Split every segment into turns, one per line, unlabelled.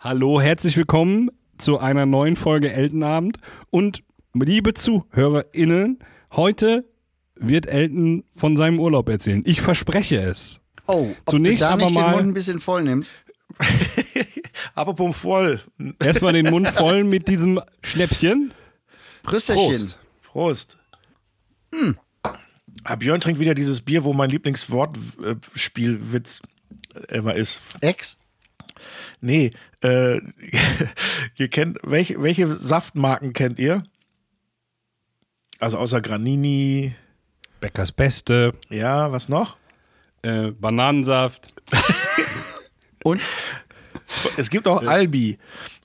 Hallo, herzlich willkommen zu einer neuen Folge Eltenabend. Und liebe ZuhörerInnen, heute wird Elton von seinem Urlaub erzählen. Ich verspreche es.
Oh, ob
Zunächst
du da
aber
nicht
mal-
den Mund ein bisschen voll nimmst.
Apropos um voll.
Erstmal den Mund voll mit diesem Schnäppchen.
Prösterchen.
Prost.
Prost. Hm. Ah, Björn trinkt wieder dieses Bier, wo mein Lieblingswortspielwitz äh, immer ist.
Ex.
Nee, äh, ihr kennt, welche, welche Saftmarken kennt ihr? Also außer Granini,
Bäckers Beste,
ja, was noch?
äh, Bananensaft.
Und
Es gibt auch Albi.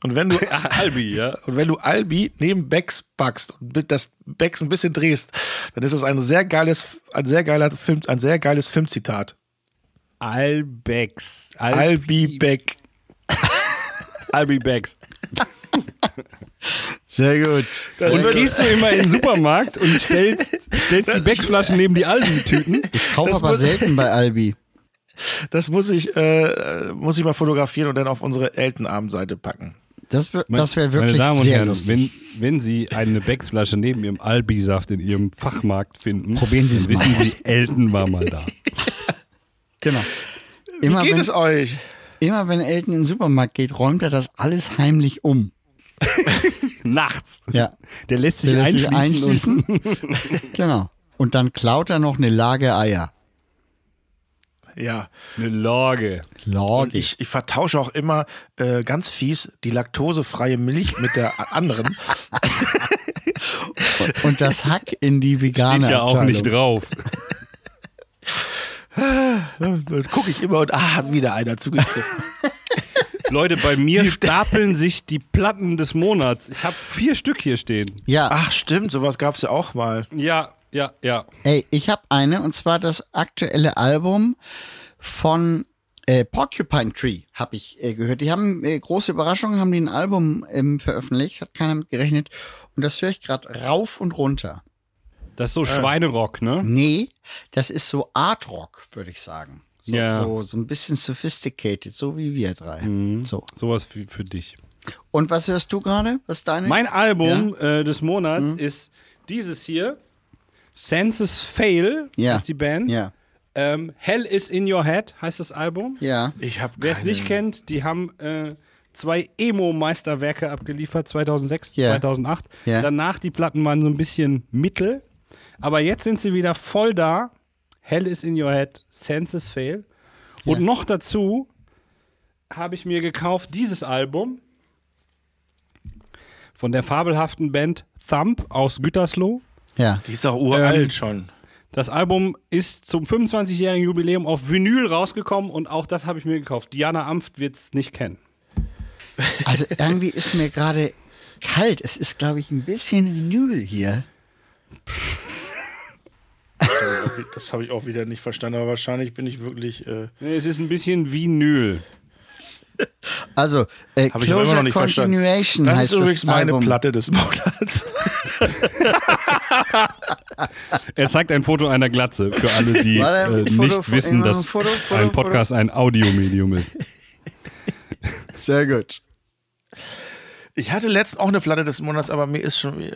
Und wenn du
Albi, ja.
Und wenn du Albi neben Becks backst und bi- das Becks ein bisschen drehst, dann ist das ein sehr geiles, ein sehr geiler Film, ein sehr geiles Filmzitat.
Albex. Al-
Albi Beck.
Albi Becks.
sehr gut.
Und gehst du immer in den Supermarkt und stellst, stellst die Beckflaschen neben die Albi-Tüten.
Ich kaufe
Das
aber
muss-
selten bei Albi.
Das muss ich, äh, muss ich mal fotografieren und dann auf unsere Eltenabendseite packen.
Das, wär- das wäre
Meine
wirklich
Damen und
sehr
Herren,
lustig.
wenn, wenn Sie eine Becksflasche neben Ihrem Albi-Saft in Ihrem Fachmarkt finden,
Probieren Sie
dann
es mal
wissen Sie, Elton war mal da.
Genau. Immer
Wie geht
wenn,
es euch?
immer wenn Elton in den Supermarkt geht, räumt er das alles heimlich um.
Nachts.
Ja.
Der lässt sich
Der lässt sich
einschließen. und-
einschließen. genau. Und dann klaut er noch eine Lage Eier.
Ja,
Eine Lorge.
und
Lorge.
ich, ich vertausche auch immer äh, ganz fies die laktosefreie Milch mit der a- anderen.
Und das Hack in die vegane
Steht ja auch
Abteilung.
nicht drauf.
Äh, Dann gucke ich immer und ah, hat wieder einer zugegriffen.
Leute, bei mir stapeln sich die Platten des Monats. Ich habe vier Stück hier stehen.
Ja,
Ach stimmt, sowas gab es ja auch mal.
Ja, ja, ja.
Ey, ich habe eine und zwar das aktuelle Album von äh, Porcupine Tree habe ich äh, gehört. Die haben äh, große Überraschung, haben die ein Album ähm, veröffentlicht, hat keiner mit gerechnet und das höre ich gerade rauf und runter.
Das ist so Schweinerock, ne?
Nee, das ist so Art Rock, würde ich sagen. So,
Ja.
so, so ein bisschen sophisticated, so wie wir drei.
Mhm.
So.
Sowas für, für dich.
Hm? Und was hörst du gerade? Was ist deine?
Mein Album äh, des
Hm?
Monats ist dieses hier. Senses Fail
Ja.
ist die Band.
Ja.
Ähm, Hell is in Your Head heißt das Album.
Ja.
Ich habe
Wer es nicht kennt, die haben äh, zwei Emo-Meisterwerke abgeliefert, 2006,
Ja.
2008.
Ja.
Danach die Platten waren so ein bisschen mittel. Aber jetzt sind sie wieder voll da. Hell is in your head, senses fail. Und noch dazu habe ich mir gekauft dieses Album von der fabelhaften Band Thump aus Gütersloh.
Ja.
Die ist auch uralt
Ähm,
schon.
Das Album ist zum 25-jährigen Jubiläum auf Vinyl rausgekommen und auch das habe ich mir gekauft. Diana Amft wird es nicht kennen.
Also irgendwie ist mir gerade kalt. Es ist, glaube ich, ein bisschen Nügel hier.
Das habe ich auch wieder nicht verstanden, aber wahrscheinlich bin ich wirklich. Äh,
Nee, Es ist ein bisschen Vinyl.
Also, äh,
habe ich aber immer noch
Closure
nicht verstanden.
Continuation
Das
heißt
ist übrigens
das
meine
Album.
Platte des Monats.
Er zeigt ein Foto einer Glatze für alle, die äh,
Warte, Foto,
nicht
Foto,
wissen,
immer
dass
ein Foto, Foto,
ein
Foto.
Podcast ein Audiomedium ist.
Sehr gut.
Ich hatte letztens auch eine Platte des Monats, aber mir ist schon. Äh,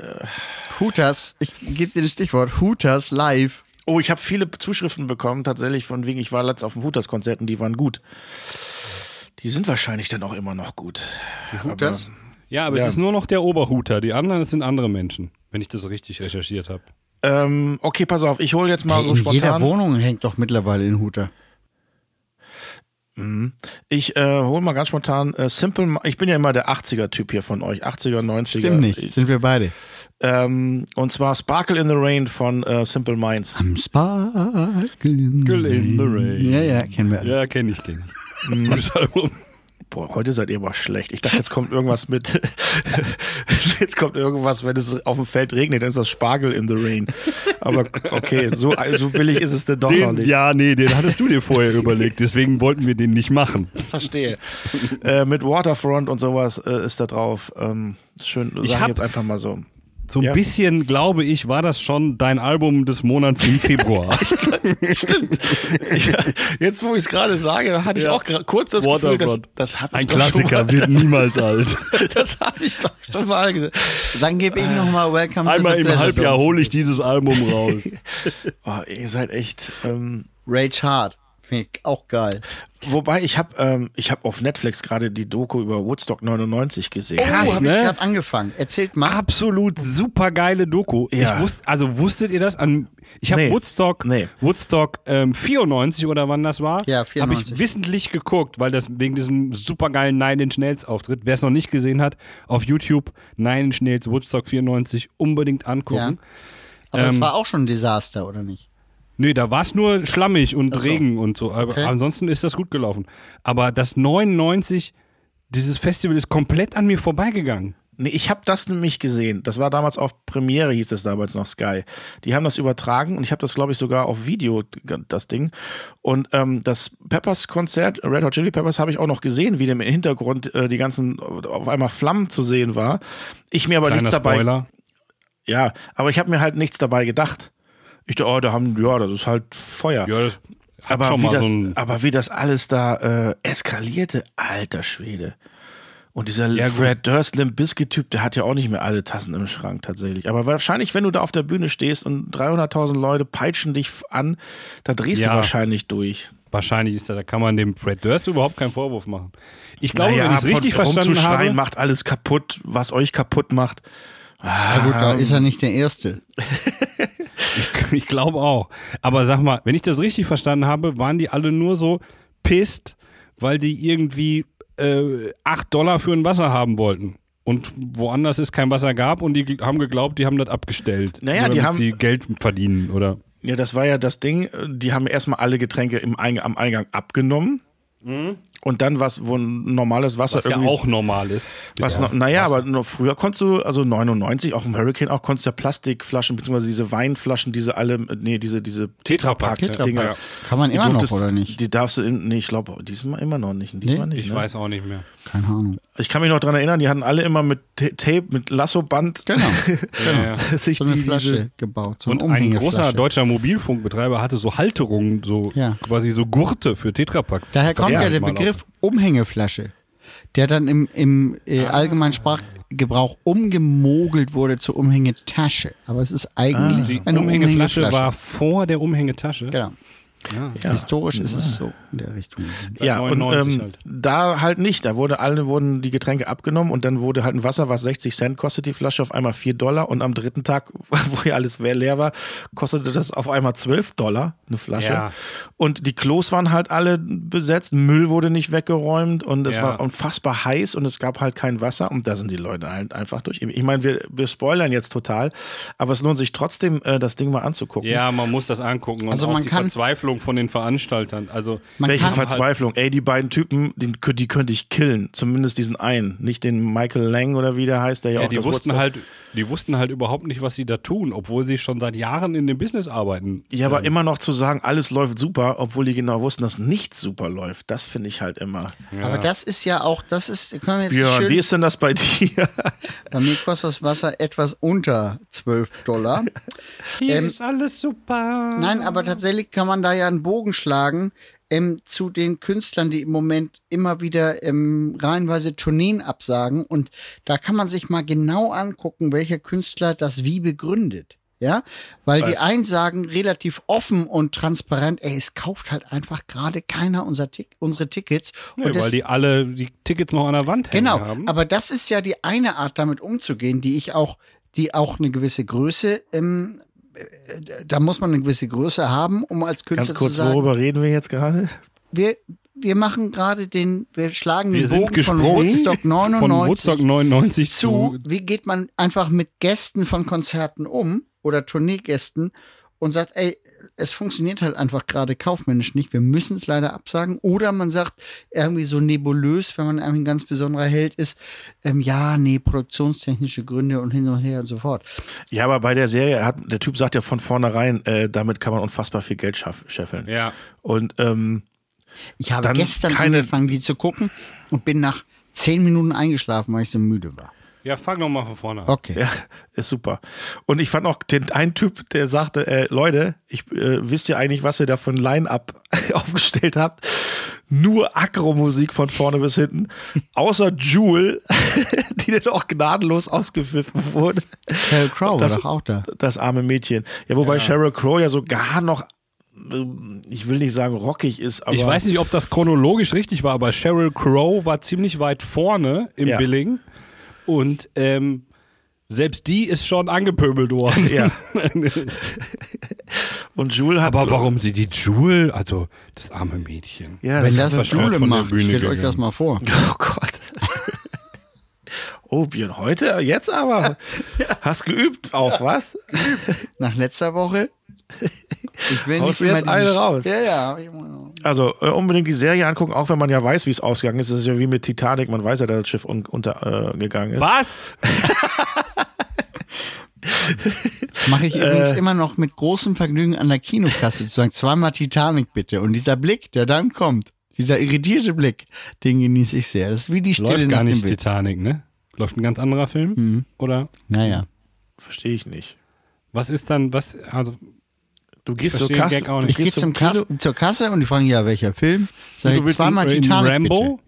Hooters, ich gebe dir das Stichwort, Hooters live.
oh, ich habe viele Zuschriften bekommen, tatsächlich von wegen, ich war letztens auf dem Hooters-Konzert und die waren gut. Die sind wahrscheinlich dann auch immer noch gut. Die
Hooters?
Ja, aber
Ja.
es ist nur noch der Oberhuter. Die anderen das sind andere Menschen, wenn ich das richtig recherchiert habe.
Aber, ähm, okay, pass auf, ich hole jetzt mal
Hey,
so
in jeder
spontan.
Wohnung hängt doch mittlerweile ein Hooter.
Ich äh, hole mal ganz spontan äh, Simple. Ma- Ich bin ja immer der 80er-Typ hier von euch. 80er, 90er.
Stimmt nicht, sind wir beide.
Ähm, und zwar Sparkle in the Rain von äh, Simple Minds.
Am Sparkle in
Girl in the Rain.
Ja, ja, kennen wir. alle.
Ja, kenne ich, kenne ich. Gutes Album.
Boah, heute seid ihr aber schlecht. Ich dachte, jetzt kommt irgendwas mit. jetzt kommt irgendwas, wenn es auf dem Feld regnet, dann ist das Spargel in the Rain. Aber okay, so, so billig ist es denn doch noch
Den,
nicht.
ja, nee, den hattest du dir vorher überlegt, deswegen wollten wir den nicht machen.
Verstehe. äh, mit Waterfront und sowas äh, ist da drauf. Ähm, schön, sag ich
hab-
jetzt einfach mal so.
So ein
Ja.
bisschen, glaube ich, war das schon dein Album des Monats im Februar.
Stimmt. Ja, jetzt, wo ich es gerade sage, hatte ich
Ja.
auch gra- kurz das Gefühl, dass,
Waterfront.
das habe ich
Ein
doch schon
Klassiker
mal,
wird niemals alt.
Das habe ich doch schon mal gesagt.
Dann gebe ich nochmal Welcome
Einmal
to the
im
Pleasure
Halbjahr
Dome.
hole ich dieses Album raus.
Oh, ihr seid echt. Ähm,
Rage Hard. Finde ich auch geil.
wobei, ich habe ähm, ich hab auf Netflix gerade die Doku über Woodstock 99 gesehen.
Krass,
hab
ne?
ich gerade angefangen. Erzählt mal.
Absolut supergeile Doku.
Ja.
Ich wusste, also wusstet ihr das? An, ich habe
Nee.
Woodstock,
Nee.
Woodstock ähm, 94 oder wann das war,
Ja,
habe
94.
ich wissentlich geguckt, weil das wegen diesem supergeilen Nine Inch Nails Auftritt, wer es noch nicht gesehen hat, auf YouTube Nine Inch Nails Woodstock 94 unbedingt angucken.
Aber es
Ähm,
war auch schon ein Desaster, oder nicht?
Nee, da war es nur schlammig und Regen und so. Aber
Okay.
ansonsten ist das gut gelaufen. Aber das 99, dieses Festival ist komplett an mir vorbeigegangen.
Nee, ich habe das nämlich gesehen. Das war damals auf Premiere, hieß es damals noch Sky. Die haben das übertragen und ich habe das, glaube ich, sogar auf Video, das Ding. Und ähm, das Peppers-Konzert, Red Hot Chili Peppers, habe ich auch noch gesehen, wie dem im Hintergrund äh, die ganzen auf einmal Flammen zu sehen war. Ich mir aber
Kleiner
nichts dabei.
Spoiler.
Ja, aber ich habe mir halt nichts dabei gedacht. Ich dachte, oh, da haben, ja, das ist halt Feuer.
Ja, das hat
aber,
schon
wie
mal
das,
so ein
aber wie das alles da äh, eskalierte, alter Schwede. Und dieser
Ja, gut.
Fred Durst Limp Bizkit Typ, der hat ja auch nicht mehr alle Tassen im Schrank tatsächlich. Aber wahrscheinlich, wenn du da auf der Bühne stehst und 300.000 Leute peitschen dich f- an, da drehst du
Ja.
wahrscheinlich durch.
Wahrscheinlich ist da, da kann man dem Fred Durst überhaupt keinen Vorwurf machen. Ich glaube,
Naja,
wenn ich es
von-
richtig verstanden
rumzuschreien
habe,
macht alles kaputt, was euch kaputt macht.
Ja gut, da Ah, ist er nicht der Erste.
ich glaube auch. Aber sag mal, wenn ich das richtig verstanden habe, waren die alle nur so pisst, weil die irgendwie äh, 8 Dollar für ein Wasser haben wollten. Und woanders es kein Wasser gab und die gl- haben geglaubt, die haben das abgestellt.
Naja,
nur
die
damit
haben-
sie Geld verdienen, oder?
Ja, das war ja das Ding. äh, Die haben erstmal alle Getränke im Eing am Eingang abgenommen. Und dann was, wo ein normales Wasser
Mhm. Was ja
irgendwie.
auch normal ist.
was
Ist ja
noch, naja, aber nur früher konntest du, also 99, auch im Hurricane, auch konntest du ja Plastikflaschen, beziehungsweise diese Weinflaschen, diese alle, nee, diese, diese
Tetrapack,
Tetrapack-Dinger.
Tetrapack.
Kann man
Die
immer noch,
durftest-
oder nicht?
Die darfst du, in, nee, ich glaube, diesmal immer noch nicht. Diesmal nicht
Ich
ne?
weiß auch nicht mehr.
Keine Ahnung.
Ich kann mich noch dran erinnern, die hatten alle immer mit Ta- Tape, mit Lassoband.
Genau.
Ja, ja.
sich
So eine
die- diese-
Flasche gebaut. So
Und
eine
ein großer
Umhängeflasche.
deutscher Mobilfunkbetreiber hatte so Halterungen, so
Ja.
quasi so Gurte für Tetrapacks.
Daher kommt ja,
Verdammt
der
mal
Begriff Umhängeflasche, der dann im, im äh, allgemeinen Sprachgebrauch umgemogelt wurde zur Umhängetasche. Aber es ist
auf.
eigentlich
Ah, Die
eine
Umhängeflasche
Umhängeflasche.
war vor der Umhängetasche.
genau. Historisch ist es so in der Richtung.
Ja, und
99
ähm,
halt.
da halt nicht. Da wurde alle wurden die Getränke abgenommen und dann wurde halt ein Wasser, was 60 Cent kostet, die Flasche auf einmal 4 Dollar und am dritten Tag, wo ja alles leer war, kostete das auf einmal 12 Dollar, eine Flasche.
Ja.
Und die Klos waren halt alle besetzt, Müll wurde nicht weggeräumt und es
Ja.
war unfassbar heiß und es gab halt kein Wasser und da sind die Leute halt einfach durch. Ich meine, wir, wir spoilern jetzt total, aber es lohnt sich trotzdem, äh, das Ding mal anzugucken.
Ja, man muss das angucken. Und
Also
auch
man
die
kann-
Verzweiflung von den Veranstaltern. Also
Man
Welche
kann-
Verzweiflung. Ey, die beiden Typen, die, die könnte ich killen. Zumindest diesen einen. Nicht den Michael Lang oder wie der heißt, der ja,
ja,
auch
die
das
wussten
Woodstock-
halt, die wussten halt überhaupt nicht, was sie da tun, obwohl sie schon seit Jahren in dem Business arbeiten.
Ja, aber immer noch zu sagen, alles läuft super, obwohl die genau wussten, dass nichts super läuft. Das finde ich halt immer.
Aber das ist ja auch, das ist, können wir jetzt
Björn, wie
schön,
ist denn das bei dir?
bei Äh, mir kostet das Wasser etwas unter 12 Dollar.
Hier
Ähm,
ist alles super.
Nein, aber tatsächlich kann man da ja einen Bogen schlagen ähm, zu den Künstlern, die im Moment immer wieder ähm, reihenweise Tourneen absagen. Und da kann man sich mal genau angucken, welcher Künstler das wie begründet. Ja, weil die einen sagen relativ offen und transparent, ey, es kauft halt einfach gerade keiner unser Tick unsere Tickets.
Nee,
und
weil
des-
die alle die Tickets noch an der Wand hängen
Genau,
haben.
aber das ist ja die eine Art, damit umzugehen, die ich auch, die auch eine gewisse Größe, ähm, äh, da muss man eine gewisse Größe haben, um als Künstler
Ganz kurz,
zu sagen,
worüber reden wir jetzt gerade?
wir, wir machen gerade den, wir schlagen
wir
den
sind
Bogen von
gesprungen
Woodstock 99
von Woodstock 99
zu,
zu
wie geht man einfach mit Gästen von Konzerten um oder Tourneegästen und sagt, ey, es funktioniert halt einfach gerade kaufmännisch nicht, wir müssen es leider absagen. Oder man sagt irgendwie so nebulös, wenn man irgendwie ein ganz besonderer Held ist, ähm, ja, nee, produktionstechnische Gründe und hin und her und so fort.
Ja, aber bei der Serie hat der Typ sagt ja von vornherein, äh, damit kann man unfassbar viel Geld schaff, scheffeln.
Ja.
Und ähm,
Ich habe
Dann
gestern
keine-
angefangen, die zu gucken und bin nach zehn Minuten eingeschlafen, weil ich so müde war.
Ja, fang noch mal von vorne an.
Okay.
Ja, ist super. Und ich fand auch den einen Typ, der sagte, äh, Leute, ich äh, wisst ihr eigentlich, was ihr da für ein Line-Up aufgestellt habt? Nur Akro-Musik von vorne bis hinten. Außer Jewel, die dann auch gnadenlos ausgepfiffen wurde.
Sheryl Crow war
Das-
doch auch da.
Das arme Mädchen. Ja, wobei Sheryl Crow ja sogar noch, äh, ich will nicht sagen rockig ist, aber.
Ich weiß nicht, ob das chronologisch richtig war, aber Sheryl Crow war ziemlich weit vorne im
Ja.
Billing. Und ähm, selbst die ist schon angepöbelt worden.
Ja. Und Jewel hat.
aber warum sie die Jewel, also das arme Mädchen.
ja,
Wenn das
das-
eine
verstört
Schule
von der
macht,
Bühne
stellt euch
gegangen.
das mal vor.
Oh Gott. Oh, Björn, heute, jetzt aber. Hast geübt auch, was?
Nach letzter Woche. Ich will nicht
Haust du
immer
jetzt eine
diese-
raus?
Ja, ja. Ich-
Also äh, unbedingt die Serie angucken, auch wenn man ja weiß, wie es ausgegangen ist. Es ist ja wie mit Titanic, man weiß ja, dass das Schiff un untergegangen äh, gegangen ist.
Was?
Das mache ich übrigens immer noch mit großem Vergnügen an der Kinokasse zu sagen, zweimal Titanic bitte. Und dieser Blick, der dann kommt, dieser irritierte Blick, den genieße ich sehr. Das ist wie die Stille
Läuft
nach
gar
dem
nicht
Blitz.
Titanic, ne? Läuft ein ganz anderer Film?
Mhm.
Oder
Naja.
Verstehe ich nicht.
was ist dann, was, also,
Du gehst
verstehe
zur
den
Kasse.
Gag auch
du
nicht.
Ich gehe
gehst
zum
Kino-
Kasse, zur Kasse und die fragen, ja, welcher Film? Sag
du
ich,
willst
zweimal
in, in
Titanic
Rambo?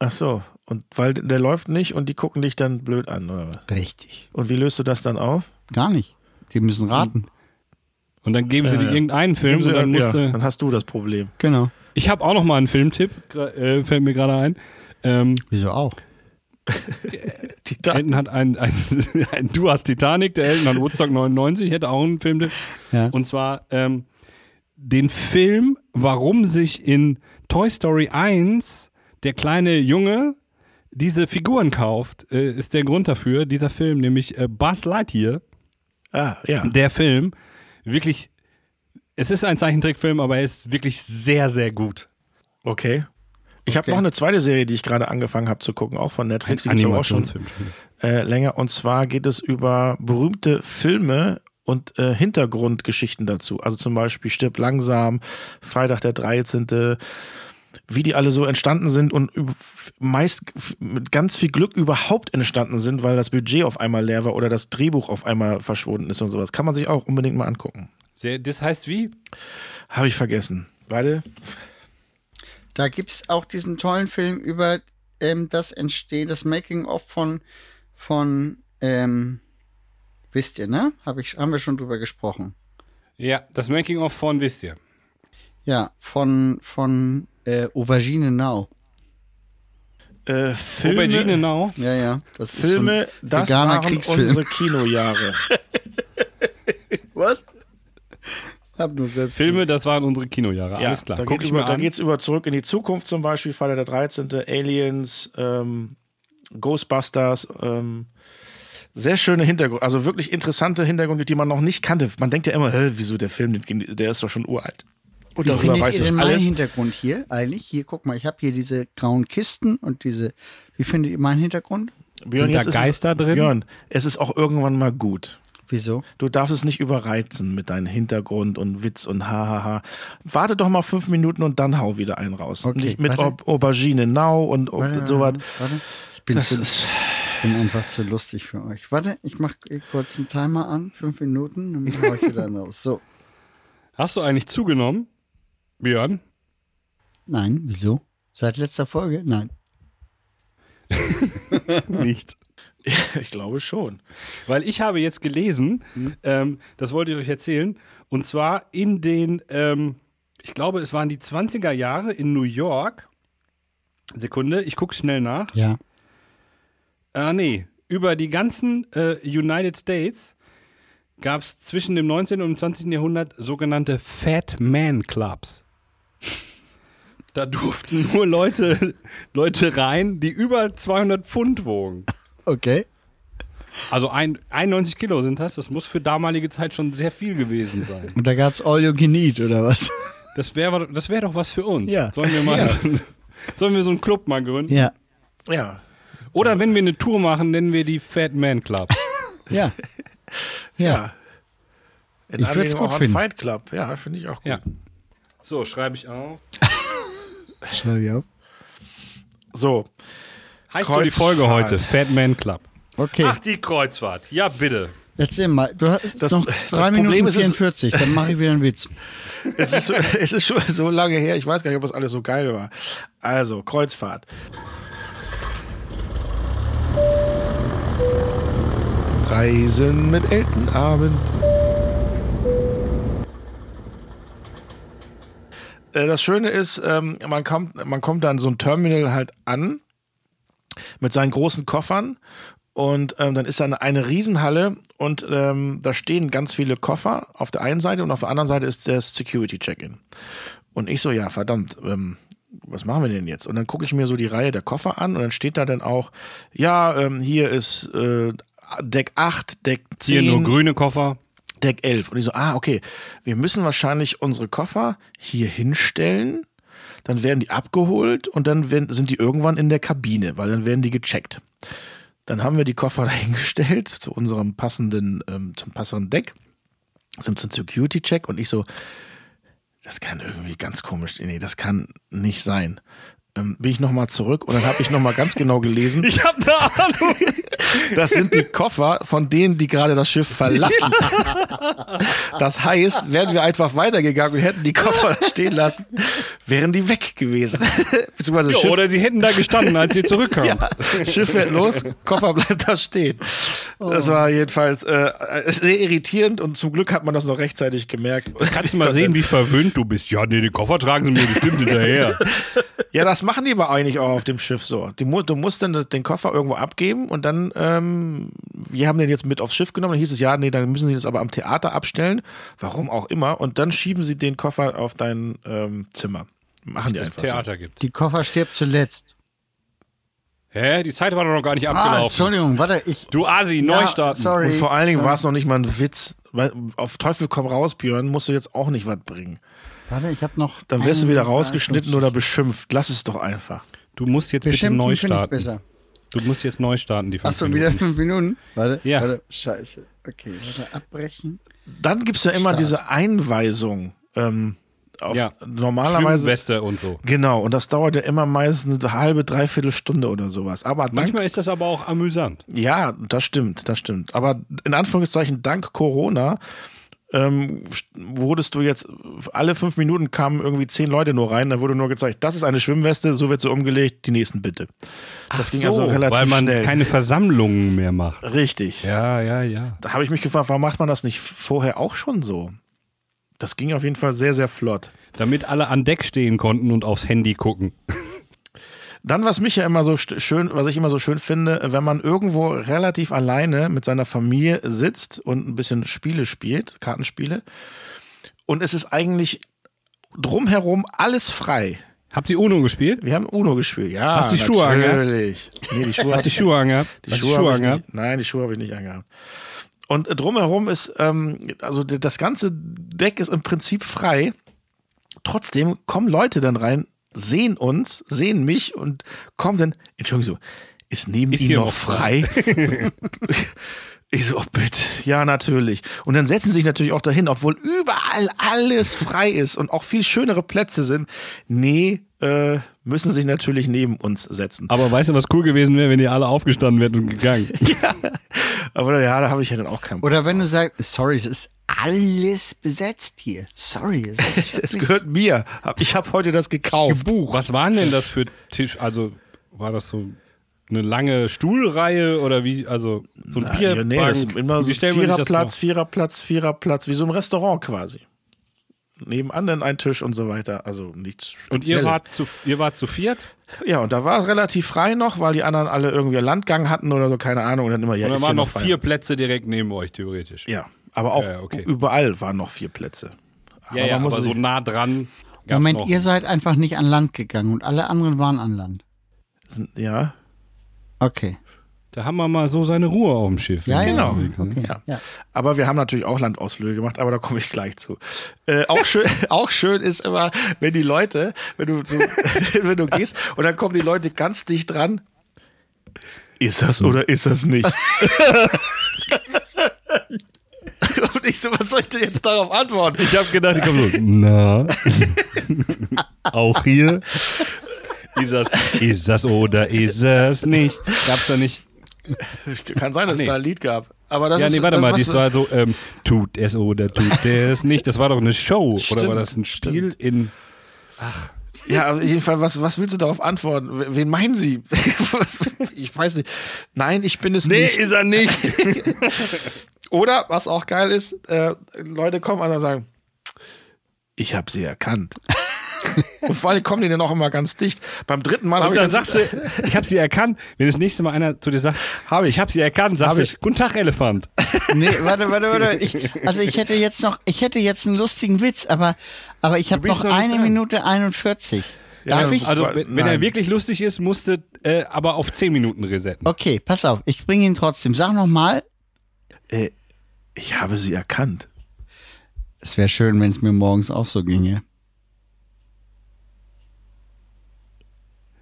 Ach so. Und weil der läuft nicht und die gucken dich dann blöd an, oder was?
bitte. Richtig.
Und wie löst du das dann auf?
Gar nicht. Die müssen raten.
Und dann geben sie dir irgendeinen Film
Äh, Geben sie-
und dann musst
ja,
du.
dann hast du das Problem.
Genau.
Ich habe auch noch mal einen Filmtipp, gra- äh, fällt mir gerade ein. Ähm,
Wieso auch?
Titanic.
Elton hat ein, ein, ein Du hast Titanic, der Elton hat Woodstock 99, hätte auch einen Film.
Ja.
Und zwar ähm, den Film, warum sich in Toy Story 1 der kleine Junge diese Figuren kauft, äh, ist der Grund dafür. Dieser Film, nämlich äh, Buzz Lightyear,
Ah, ja.
der Film, wirklich, es ist ein Zeichentrickfilm, aber er ist wirklich sehr, sehr gut.
Okay. Ich habe
Okay.
noch eine zweite Serie, die ich gerade angefangen habe zu gucken, auch von Netflix. Die gibt's aber auch schon
Animationsfilm.
äh, länger. Und zwar geht es über berühmte Filme und äh, Hintergrundgeschichten dazu. Also zum Beispiel Stirb langsam, Freitag der 13., wie die alle so entstanden sind und üb- meist f- mit ganz viel Glück überhaupt entstanden sind, weil das Budget auf einmal leer war oder das Drehbuch auf einmal verschwunden ist und sowas. Kann man sich auch unbedingt mal angucken.
Sehr, das heißt wie?
Habe ich vergessen. Warte.
Da gibt's auch diesen tollen Film über ähm, das Entstehen, das Making-of von, von ähm, wisst ihr, ne? Hab ich, haben wir schon drüber gesprochen.
Ja, das Making-of von, wisst ihr.
Ja, von, von äh, Aubergine Now.
Äh, Filme,
Aubergine Now.
Ja, ja. Das
Filme,
ist so ein
das
veganer
waren
Kriegsfilm.
unsere Kinojahre.
Was? Hab nur selbst.
Filme, das waren unsere Kinojahre.
Ja,
Alles klar.
Da,
Guck
geht
ich
über,
mir
da
an.
geht's über zurück in die Zukunft zum Beispiel, Freitag der 13., Aliens, ähm, Ghostbusters, ähm, sehr schöne Hintergründe, also wirklich interessante Hintergründe, die man noch nicht kannte. Man denkt ja immer, hä, wieso der Film, der ist doch schon uralt. Und
Wie
darüber
findet
weiß
ihr
ich
denn meinen
alles.
Hintergrund hier eigentlich? Hier, guck mal, ich habe hier diese grauen Kisten und diese. Wie findet ihr meinen Hintergrund?
Björn,
Sind da
jetzt ist
Geister
es,
drin?
Björn, es ist auch irgendwann mal gut.
Wieso?
Du darfst es nicht überreizen mit deinem Hintergrund und Witz und hahaha. Warte doch mal fünf Minuten und dann hau wieder einen raus.
Okay,
nicht mit
warte.
Au- Aubergine Now und Au- sowas.
Warte, ich bin,
Das
zu,
ist-
ich bin einfach zu lustig für euch. Warte, ich mache kurz einen Timer an, fünf Minuten, dann mache ich wieder raus. So,
Hast du eigentlich zugenommen, Björn?
nein, wieso? Seit letzter Folge? Nein.
Nicht.
Ich glaube schon.
Weil ich habe jetzt gelesen,
Mhm.
ähm, das wollte ich euch erzählen, und zwar in den, ähm, ich glaube, es waren die 20er Jahre in New York. Sekunde, ich gucke schnell nach.
Ja.
Ah, nee. Über die ganzen äh, United States gab es zwischen dem 19. und dem 20. Jahrhundert sogenannte Fat Man Clubs. Da durften nur Leute, Leute rein, die über 200 Pfund wogen.
Okay.
Also ein, 91 Kilo sind das. Das muss für damalige Zeit schon sehr viel gewesen sein.
Und da gab's All You Can Eat, oder was?
Das wäre das wär doch was für uns.
Ja.
Sollen wir mal. Sollen wir so einen Club mal gründen?
Ja.
Ja.
Oder wenn wir eine Tour machen, nennen wir die Fat Man Club.
Ja. Ja. Ich
In
würd's
Anlehnung
gut
auch an
finden.
Fight Club. Ja, finde ich auch gut.
Ja. So, schreibe ich auf.
Schreibe ich auf.
So.
Heißt so die Folge
Kreuzfahrt.
heute, Fat Man Club.
Okay,
Ach, die Kreuzfahrt. Ja, bitte.
jetzt sehen wir mal. Du hast
Ah. Das-
noch
das
3
Problem
Minuten
ist, es-
44, dann mache ich wieder einen Witz.
Es ist, so, es ist schon so lange her, ich weiß gar nicht, ob das alles so geil war. Also, Kreuzfahrt. Reisen mit Eltenabend. Äh, Das Schöne ist, ähm, man kommt, man kommt dann so ein Terminal halt an mit seinen großen Koffern. Und ähm, dann ist da eine, eine Riesenhalle und ähm, da stehen ganz viele Koffer auf der einen Seite und auf der anderen Seite ist der Security-Check-In. Und ich so, ja, verdammt, ähm, was machen wir denn jetzt? Und dann gucke ich mir so die Reihe der Koffer an und dann steht da dann auch, ja, ähm, hier ist äh, Deck 8, Deck 10.
Hier nur grüne Koffer.
Deck 11. Und ich so, ah, okay, wir müssen wahrscheinlich unsere Koffer hier hinstellen, dann werden die abgeholt und dann werden, sind die irgendwann in der Kabine, weil dann werden die gecheckt. Dann haben wir die Koffer dahingestellt zu unserem passenden, ähm, zum passenden Deck, sind zum Security-Check und ich so, das kann irgendwie ganz komisch, nee, das kann nicht sein. Ähm, bin ich nochmal zurück und dann habe ich nochmal ganz genau gelesen.
Ich hab eine Ahnung.
Das sind die Koffer von denen, die gerade das Schiff verlassen. Das heißt, wären wir einfach weitergegangen und hätten die Koffer stehen lassen, wären die weg gewesen. Beziehungsweise
Ja,
Schiff,
oder sie hätten da gestanden, als sie zurückkamen.
Schiff fährt los, Koffer bleibt da stehen. Das
Oh.
war jedenfalls äh, sehr irritierend und zum Glück hat man das noch rechtzeitig gemerkt.
Kannst du mal sehen, wie verwöhnt du bist. Ja, nee, die Koffer tragen sie mir bestimmt hinterher.
Ja, das machen die aber eigentlich auch auf dem Schiff so. Die, mu- du musst dann das- den Koffer irgendwo abgeben und dann, ähm, wir haben den jetzt mit aufs Schiff genommen. Dann hieß es, ja, nee, dann müssen sie das aber am Theater abstellen. Warum auch immer. Und dann schieben sie den Koffer auf dein ähm, Zimmer. Machen die
Das
einfach
Theater gibt.
Die Koffer stirbt zuletzt.
Hä? Die Zeit war doch noch gar nicht
Ah,
abgelaufen.
Entschuldigung, warte, ich.
du Asi, Neustarten.
Ja,
So.
sorry.
Und vor allen Dingen war es noch nicht mal ein Witz. Weil auf Teufel komm raus, Björn, musst du jetzt auch nicht was bringen.
Warte, ich habe noch.
Dann wirst du wieder
einen-
rausgeschnitten oder beschimpft. Lass es doch einfach.
Du musst jetzt bitte
Beschimpfen
neu
finde ich
starten.
besser.
Du musst jetzt neu starten, die fünf
Achso,
Minuten.
wieder fünf Minuten? Warte,
Ja.
warte, scheiße. Okay, warte, abbrechen.
Dann gibt's ja immer
Start.
diese Einweisung. Ähm, auf
Ja.
Normalerweise
Schwimmweste und so.
Genau, und das dauert ja immer meistens eine halbe, dreiviertel Stunde oder sowas. Aber dank,
Manchmal ist das aber auch amüsant.
ja, das stimmt, das stimmt. Aber in Anführungszeichen, dank Corona ähm, st- wurdest du jetzt, alle fünf Minuten kamen irgendwie zehn Leute nur rein, da wurde nur gezeigt, das ist eine Schwimmweste, so wird sie umgelegt, die nächsten bitte. Das ging also relativ
weil man
schnell.
keine Versammlungen mehr macht.
Richtig.
Ja, ja, ja.
Da habe ich mich gefragt, warum macht man das nicht vorher auch schon so? Das ging auf jeden Fall sehr, sehr flott.
Damit alle an Deck stehen konnten und aufs Handy gucken.
Dann, was mich ja immer so st- schön, was ich immer so schön finde, wenn man irgendwo relativ alleine mit seiner Familie sitzt und ein bisschen Spiele spielt, Kartenspiele, und es ist eigentlich drumherum alles frei.
Habt ihr Uno gespielt?
Wir haben Uno gespielt, ja.
Hast die Schuhe angehabt?
natürlich. Nee, die Schuhe
Hast du die Schuhe angehabt?
die
Hast du
Schuhe, habe ich
angehabt?
nicht, Nein, die Schuhe habe ich nicht angehabt. Und äh, drumherum ist, ähm, also d- das ganze Deck ist im Prinzip frei. Trotzdem kommen Leute dann rein, sehen uns, sehen mich und kommen dann, Entschuldigung, so, ist neben
Ist
Ihnen
hier
noch
noch
frei? ich so, oh, bitte, ja, natürlich. Und dann setzen sie sich natürlich auch dahin, obwohl überall alles frei ist und auch viel schönere Plätze sind. Nee, äh, müssen sich natürlich neben uns setzen.
Aber weißt du, was cool gewesen wäre, wenn ihr alle aufgestanden wärt und gegangen?
Aber ja, da habe ich ja dann auch keinen Bock.
Oder wenn du sagst, sorry, es ist alles besetzt hier. Sorry, es ist.
Es gehört mir. Hab- Ich habe heute das gekauft.
Buch. Was waren denn das für Tisch? Also war das so eine lange Stuhlreihe oder wie? Also so ein Bierbank?
das ist immer so
wie stellt man sich das
Viererplatz,
vor?
Viererplatz, Viererplatz, wie so ein Restaurant quasi. Nebenan dann ein Tisch und so weiter. Also nichts
Und ihr
Spezielles.
wart, zu, ihr wart zu viert?
ja, und da war relativ frei noch, weil die anderen alle irgendwie Landgang hatten oder so, keine Ahnung. Und dann immer, ja,
Und da
ist ja
waren noch
frei.
vier Plätze direkt neben euch, theoretisch.
Ja, aber auch
Ja, okay.
überall waren noch vier Plätze.
ja, ja
man muss
aber so
sich-
nah dran. Gab's
Moment,
noch.
ihr seid einfach nicht an Land gegangen und alle anderen waren an Land.
ja,
Okay.
Da haben wir mal so seine Ruhe auf dem Schiff.
Ja, ja.
Genau.
Okay.
Ja.
Ja.
Aber wir haben natürlich auch Landausflüge gemacht, aber da komme ich gleich zu. Äh, auch, schön, auch schön ist immer, wenn die Leute, wenn du, so, wenn du gehst und dann kommen die Leute ganz dicht dran. Ist das oder ist das nicht? und ich so, was soll ich denn jetzt darauf antworten?
Ich habe gedacht, ich komme so, na, auch hier. Ist das, ist das oder ist es nicht? Gab's da nicht.
Kann sein, dass
nee.
es da ein Lied gab. Aber das
ja,
ist,
nee, warte
das,
mal,
was-
dies war so, ähm, tut es oder tut es nicht. Das war doch eine Show. oder war
Stimmt,
das ein Spiel in.
Ja, auf jeden Fall, was, was willst du darauf antworten? W- Wen meinen Sie? ich weiß nicht. Nein, ich bin es nicht.
er nicht.
Oder, was auch geil ist, äh, Leute kommen an und sagen, ich habe sie erkannt. und vor allem kommen die dann auch immer ganz dicht. Beim dritten Mal habe
Und
ich
dann
dann-
sagst du, ich habe sie erkannt. Wenn das nächste Mal einer zu dir sagt,
Hab ich.
ich habe sie erkannt, sagst
Hab
du,
ich.
guten Tag, Elefant.
Nee, warte, warte, warte. Ich, also ich hätte jetzt noch, ich hätte jetzt einen lustigen Witz, aber, aber ich habe
bist
noch
noch nicht
eine
dran.
Minute 41. Darf ich?
Also,
Weil-
wenn, wenn er
nein.
wirklich lustig ist, musst du äh, aber auf 10 Minuten resetten.
Okay, pass auf, ich bringe ihn trotzdem. Sag nochmal,
Äh, ich habe sie erkannt.
es wäre schön, wenn es mir morgens auch so ginge.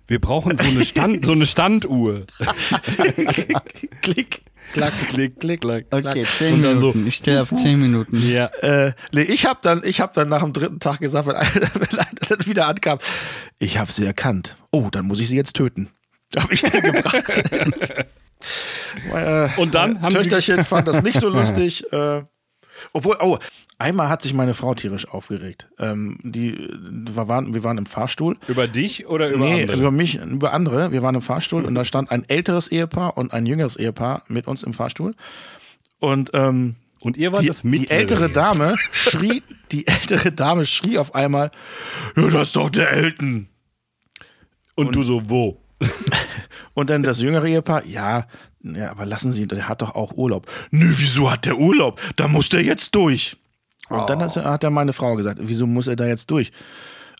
Wir brauchen so eine, Stand, so eine Standuhr.
Klick. Klack, klick, klick, klack.
Okay, zehn
Und dann
Minuten. Ich stehe auf zehn Minuten.
Ja.
Äh, nee, ich habe dann, ich hab dann nach dem dritten Tag gesagt, wenn einer, wenn einer dann wieder ankam, ich habe sie erkannt. Oh, dann muss ich sie jetzt töten. Hab ich dann gebracht. Meine, äh,
Und dann
meine
haben sie-
Töchterchen fand das nicht so lustig. Äh, obwohl, oh, einmal hat sich meine Frau tierisch aufgeregt. Ähm, die, wir, waren, wir waren im Fahrstuhl
Über dich oder über
nee,
andere?
über mich, über andere. Wir waren im Fahrstuhl und da stand ein älteres Ehepaar und ein jüngeres Ehepaar mit uns im Fahrstuhl. Und ähm,
Und ihr wart
die,
das mittlere.
die ältere Dame schrie, die ältere Dame schrie auf einmal, ja, das ist doch der Elton.
Und du so, wo?
Und dann das jüngere Ehepaar, ja, ja, aber lassen Sie, der hat doch auch Urlaub. Nö, wieso hat der Urlaub? Da muss der jetzt durch. Und dann hat, hat dann meine Frau gesagt, wieso muss er da jetzt durch?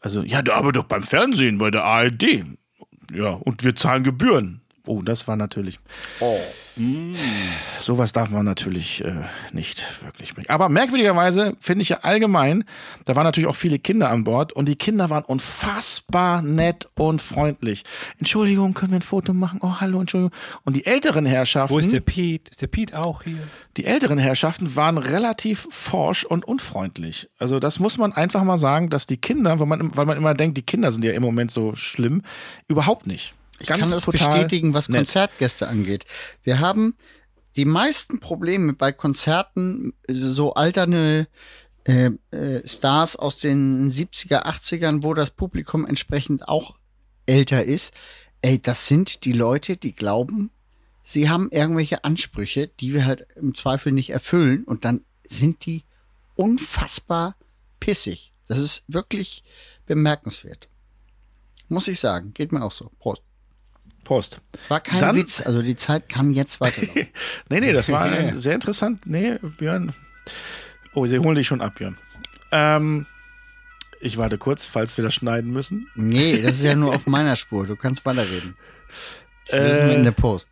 Also, ja, der arbeitet doch beim Fernsehen, bei der ARD. Ja, und wir zahlen Gebühren. Oh, das war natürlich. mm, Sowas darf man natürlich äh, nicht wirklich bringen. Aber merkwürdigerweise finde ich ja allgemein, da waren natürlich auch viele Kinder an Bord und die Kinder waren unfassbar nett und freundlich. Entschuldigung, können wir ein Foto machen? Oh, hallo, Entschuldigung. Und die älteren Herrschaften,
Wo ist der Pete? Ist der Pete auch hier?
die älteren Herrschaften waren relativ forsch und unfreundlich. Also das muss man einfach mal sagen, dass die Kinder, weil man, weil man immer denkt, die Kinder sind ja im Moment so schlimm, überhaupt nicht.
Ich kann das bestätigen, was
nett.
Konzertgäste angeht. Wir haben die meisten Probleme bei Konzerten, so alterne äh, äh, Stars aus den 70er, 80ern, wo das Publikum entsprechend auch älter ist. Ey, das sind die Leute, die glauben, sie haben irgendwelche Ansprüche, die wir halt im Zweifel nicht erfüllen und dann sind die unfassbar pissig. Das ist wirklich bemerkenswert. Muss ich sagen, geht mir auch so. Prost.
Post.
Es war kein
Dann-
Witz, also die Zeit kann jetzt weiterlaufen.
Nee, nee, das war ein, sehr interessant. Nee, Björn. Oh, sie holen dich schon ab, Björn. Ähm, ich warte kurz, falls wir das schneiden müssen.
nee, das ist ja nur auf meiner Spur, du kannst weiterreden. Das
Äh,
wissen wir in der Post.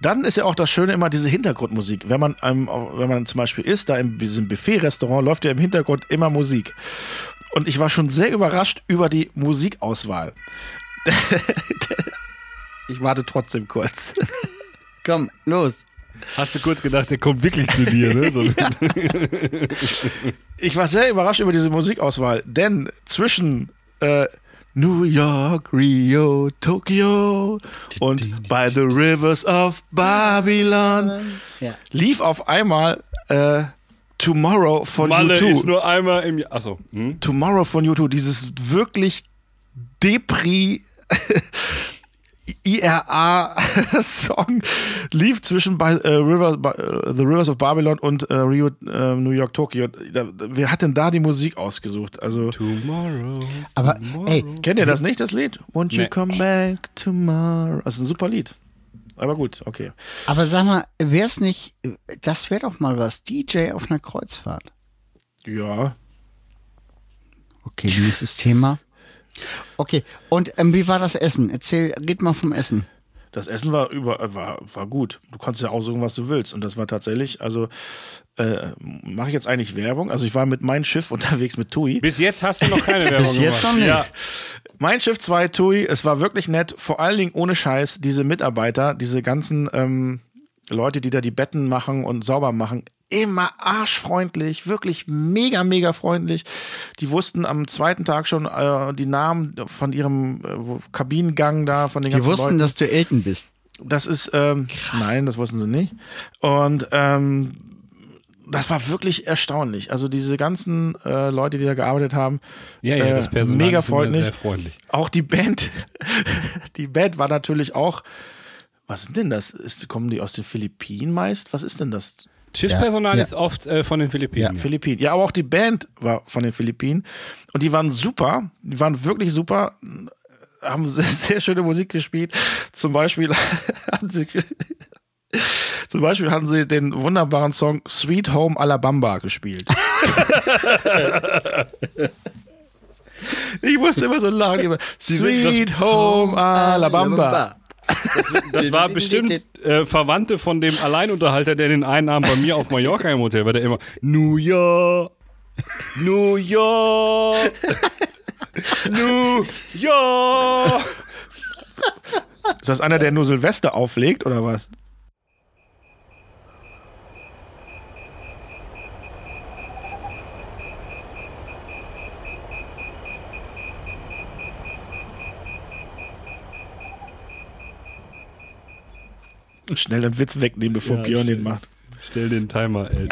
Dann ist ja auch das Schöne immer diese Hintergrundmusik. Wenn man, ähm, auch- wenn man zum Beispiel isst, da in diesem Buffet-Restaurant läuft ja im Hintergrund immer Musik. Und ich war schon sehr überrascht über die Musikauswahl. ich warte trotzdem kurz.
Komm, los.
Hast du kurz gedacht, der kommt wirklich zu dir, ne? So,
Ich war sehr überrascht über diese Musikauswahl, denn zwischen äh, New York, Rio, Tokio und By the Rivers of Babylon
Ja.
lief auf einmal äh, Tomorrow von
Malle
U2.
ist nur einmal im Jahr. Achso. Hm?
Tomorrow von U2, dieses wirklich Depri IRA Song lief zwischen bei, äh, River, bei, äh, The Rivers of Babylon und äh, Rio, äh, New York, Tokio. Da, da- wer hat denn da die Musik ausgesucht? Also
Tomorrow.
Aber ey,
kennt ihr das nicht, das Lied? Won't you
Nee.
come back tomorrow? Das ist ein super Lied. Aber gut, okay.
aber sag mal, wär's nicht, das wäre doch mal was, DJ auf einer Kreuzfahrt.
Ja.
Okay, nächstes Thema. Okay, und ähm, wie war das Essen? Erzähl, red mal vom Essen.
Das Essen war über äh, war, war gut. Du konntest ja aussuchen, was du willst. Und das war tatsächlich, also äh, mache ich jetzt eigentlich Werbung. Also ich war mit meinem Schiff unterwegs mit TUI.
Bis jetzt hast du noch keine Werbung
Bis jetzt
gemacht.
noch nicht.
Ja.
Mein Schiff 2 TUI, es war wirklich nett. Vor allen Dingen ohne Scheiß, diese Mitarbeiter, diese ganzen ähm, Leute, die da die Betten machen und sauber machen, immer arschfreundlich, wirklich mega, mega freundlich. Die wussten am zweiten Tag schon äh, die Namen von ihrem äh, wo- Kabinengang da, von den
Die
ganzen
wussten,
Leuten.
dass du Elton bist.
Das ist, ähm, nein, das wussten sie nicht. Und ähm, das war wirklich erstaunlich. Also diese ganzen äh, Leute, die da gearbeitet haben,
Ja, ja,
äh,
das Personal
mega
ist immer
freundlich.
sehr freundlich.
Auch die Band, die Band war natürlich auch, was sind denn das? Ist, kommen die aus den Philippinen meist? Was ist denn das?
Schiffspersonal
Ja.
ist oft äh, von den Philippinen. Ja.
Philippinen. Ja, aber auch die Band war von den Philippinen. Und die waren super. Die waren wirklich super. Haben sehr, sehr schöne Musik gespielt. Zum Beispiel hatten sie, zum Beispiel hatten sie den wunderbaren Song Sweet Home Alabama gespielt. ich musste immer so lachen. Immer,
sind das-
Sweet Home Alabama.
Das war bestimmt äh, Verwandte von dem Alleinunterhalter, der den einen Abend bei mir auf Mallorca im Hotel war, der immer New York, New York, New York.
Ist das einer, der nur Silvester auflegt oder was? Schnell den Witz wegnehmen, bevor
Ja,
Björn
schnell.
den macht.
Stell den Timer, ey.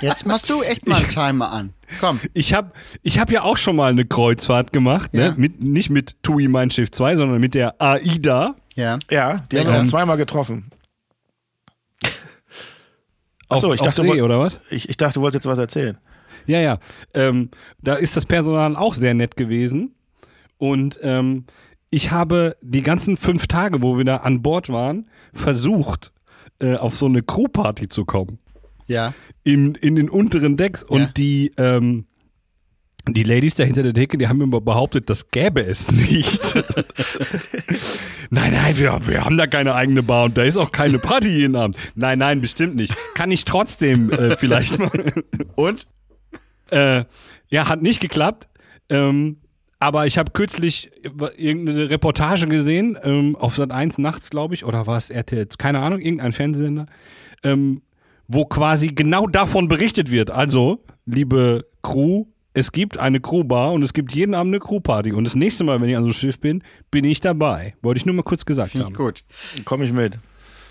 Jetzt machst du echt mal einen Timer an. Komm.
Ich habe ich hab ja auch schon mal eine Kreuzfahrt gemacht,
Ja.
ne? mit, nicht mit TUI Mein Schiff 2, sondern mit der AIDA
Ja.
Ja, die haben wir
Ja.
auch zweimal getroffen.
auf,
Achso, ich
auf
dachte,
See,
woll-
oder was?
Ich, ich dachte, du wolltest jetzt was erzählen.
Ja, ja. Ähm, da ist das Personal auch sehr nett gewesen. Und ähm, ich habe die ganzen fünf Tage, wo wir da an Bord waren, versucht, äh, auf so eine Crewparty zu kommen.
Ja.
In, in den unteren Decks. Und
Ja.
die, ähm, die Ladies da hinter der Decke, die haben immer behauptet, das gäbe es nicht. nein, nein, wir, wir haben da keine eigene Bar und da ist auch keine Party jeden Abend. Nein, nein, bestimmt nicht. Kann ich trotzdem äh, vielleicht mal.
Und?
Äh, ja, hat nicht geklappt. Ähm, aber ich habe kürzlich irgendeine Reportage gesehen, ähm, auf Sat 1 nachts, glaube ich, oder war es RTL, keine Ahnung, irgendein Fernsehsender, ähm, wo quasi genau davon berichtet wird. Also, liebe Crew, es gibt eine Crewbar und es gibt jeden Abend eine Crewparty. Und das nächste Mal, wenn ich an so einem Schiff bin, bin ich dabei. Wollte ich nur mal kurz gesagt
Finde ich
haben.
gut.
Komme ich mit.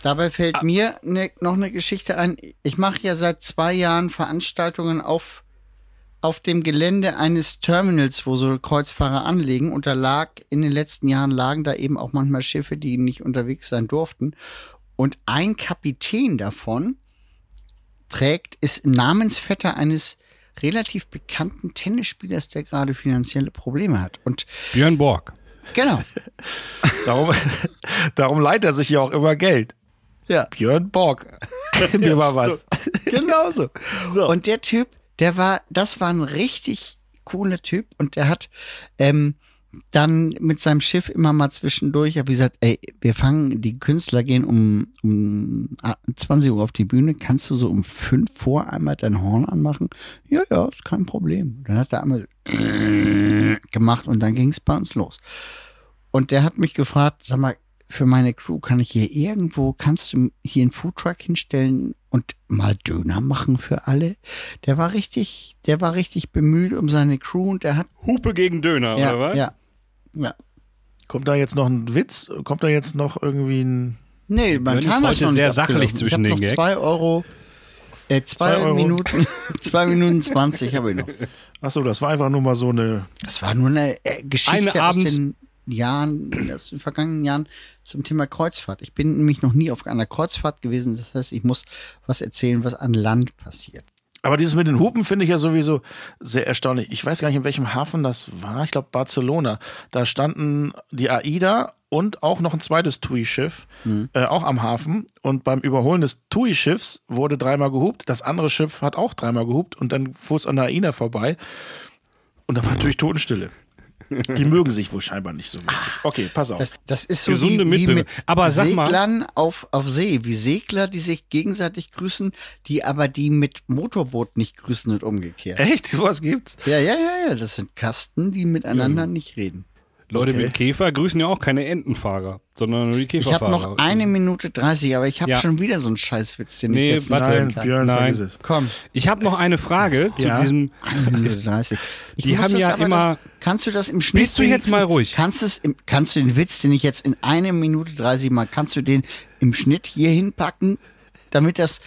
Dabei fällt mir ne, noch eine Geschichte ein. Ich mache ja seit zwei Jahren Veranstaltungen auf, auf dem Gelände eines Terminals, wo so Kreuzfahrer anlegen. Und da lag, in den letzten Jahren lagen da eben auch manchmal Schiffe, die nicht unterwegs sein durften. Und ein Kapitän davon trägt, ist Namensvetter eines relativ bekannten Tennisspielers, der gerade finanzielle Probleme hat. Und
Björn Borg.
genau,
Darum, darum leiht er sich ja auch immer Geld.
ja.
Björn Borg. Mir war was.
Genau so.
So.
Und der Typ, der war, das war ein richtig cooler Typ und der hat ähm, dann mit seinem Schiff immer mal zwischendurch, hab ich gesagt, ey, wir fangen, die Künstler gehen um, um 20 Uhr auf die Bühne, kannst du so um 5 vor einmal dein Horn anmachen? Ja, ja, ist kein Problem. Dann hat er einmal gemacht und dann ging es bei uns los. Und der hat mich gefragt, sag mal, für meine Crew kann ich hier irgendwo, kannst du hier einen Foodtruck hinstellen und mal Döner machen für alle? Der war richtig, der war richtig bemüht um seine Crew und der hat,
Hupe gegen Döner, oder
ja,
was?
ja, ja.
Kommt da jetzt noch ein Witz? Kommt da jetzt noch irgendwie ein.
Nee, mein
Jörn ist
Timer ist
heute
noch nicht
sehr sachlich
abgelaufen.
zwischen den
ich hab noch
Gag.
zwei Euro, äh, zwei,
Zwei Euro.
Minuten, zwei Minuten zwanzig habe ich noch.
Achso, das war einfach nur mal so eine.
Das war nur eine äh, Geschichte
Eine
aus
Abend-
den Jahren, aus den vergangenen Jahren zum Thema Kreuzfahrt. Ich bin nämlich noch nie auf einer Kreuzfahrt gewesen. Das heißt, ich muss was erzählen, was an Land passiert.
Aber dieses mit den Hupen finde ich ja sowieso sehr erstaunlich. Ich weiß gar nicht, in welchem Hafen das war. Ich glaube, Barcelona. Da standen die AIDA und auch noch ein zweites TUI-Schiff, äh, auch am Hafen. Und beim Überholen des TUI-Schiffs wurde dreimal gehupt. Das andere Schiff hat auch dreimal gehupt und dann fuhr es an der AIDA vorbei. Und da war natürlich Totenstille. Die mögen sich wohl scheinbar nicht so wirklich. Okay, pass auf.
Das, das ist so
Gesunde
wie, wie
Mittel.
mit
Aber sag mal-
Seglern auf, auf See, wie Segler, die sich gegenseitig grüßen, die aber die mit Motorboot nicht grüßen und umgekehrt.
Echt? Sowas gibt's?
Ja, ja, ja, ja. Das sind Kasten, die miteinander nicht reden.
Leute
Okay.
mit Käfer grüßen ja auch keine Entenfahrer, sondern nur die
Ich
Käferfahrer.
habe noch eine Minute 30, aber ich habe
Ja.
schon wieder so einen Scheißwitz, den
Nee,
ich jetzt
warte.
nicht hören
Nein,
kann.
Björn,
Nein.
vergiss es.
Komm,
Ich habe noch eine Frage
Ja.
zu diesem.
eine Minute 30. Ich
Die
muss
haben
das
ja
aber-
immer-
kannst du das im Schnitt?
Bist du jetzt
wenigstens-
mal ruhig?
Kannst, es im, kannst du den Witz, den ich jetzt in eine Minute 30 mal, kannst du den im Schnitt hier hinpacken, damit das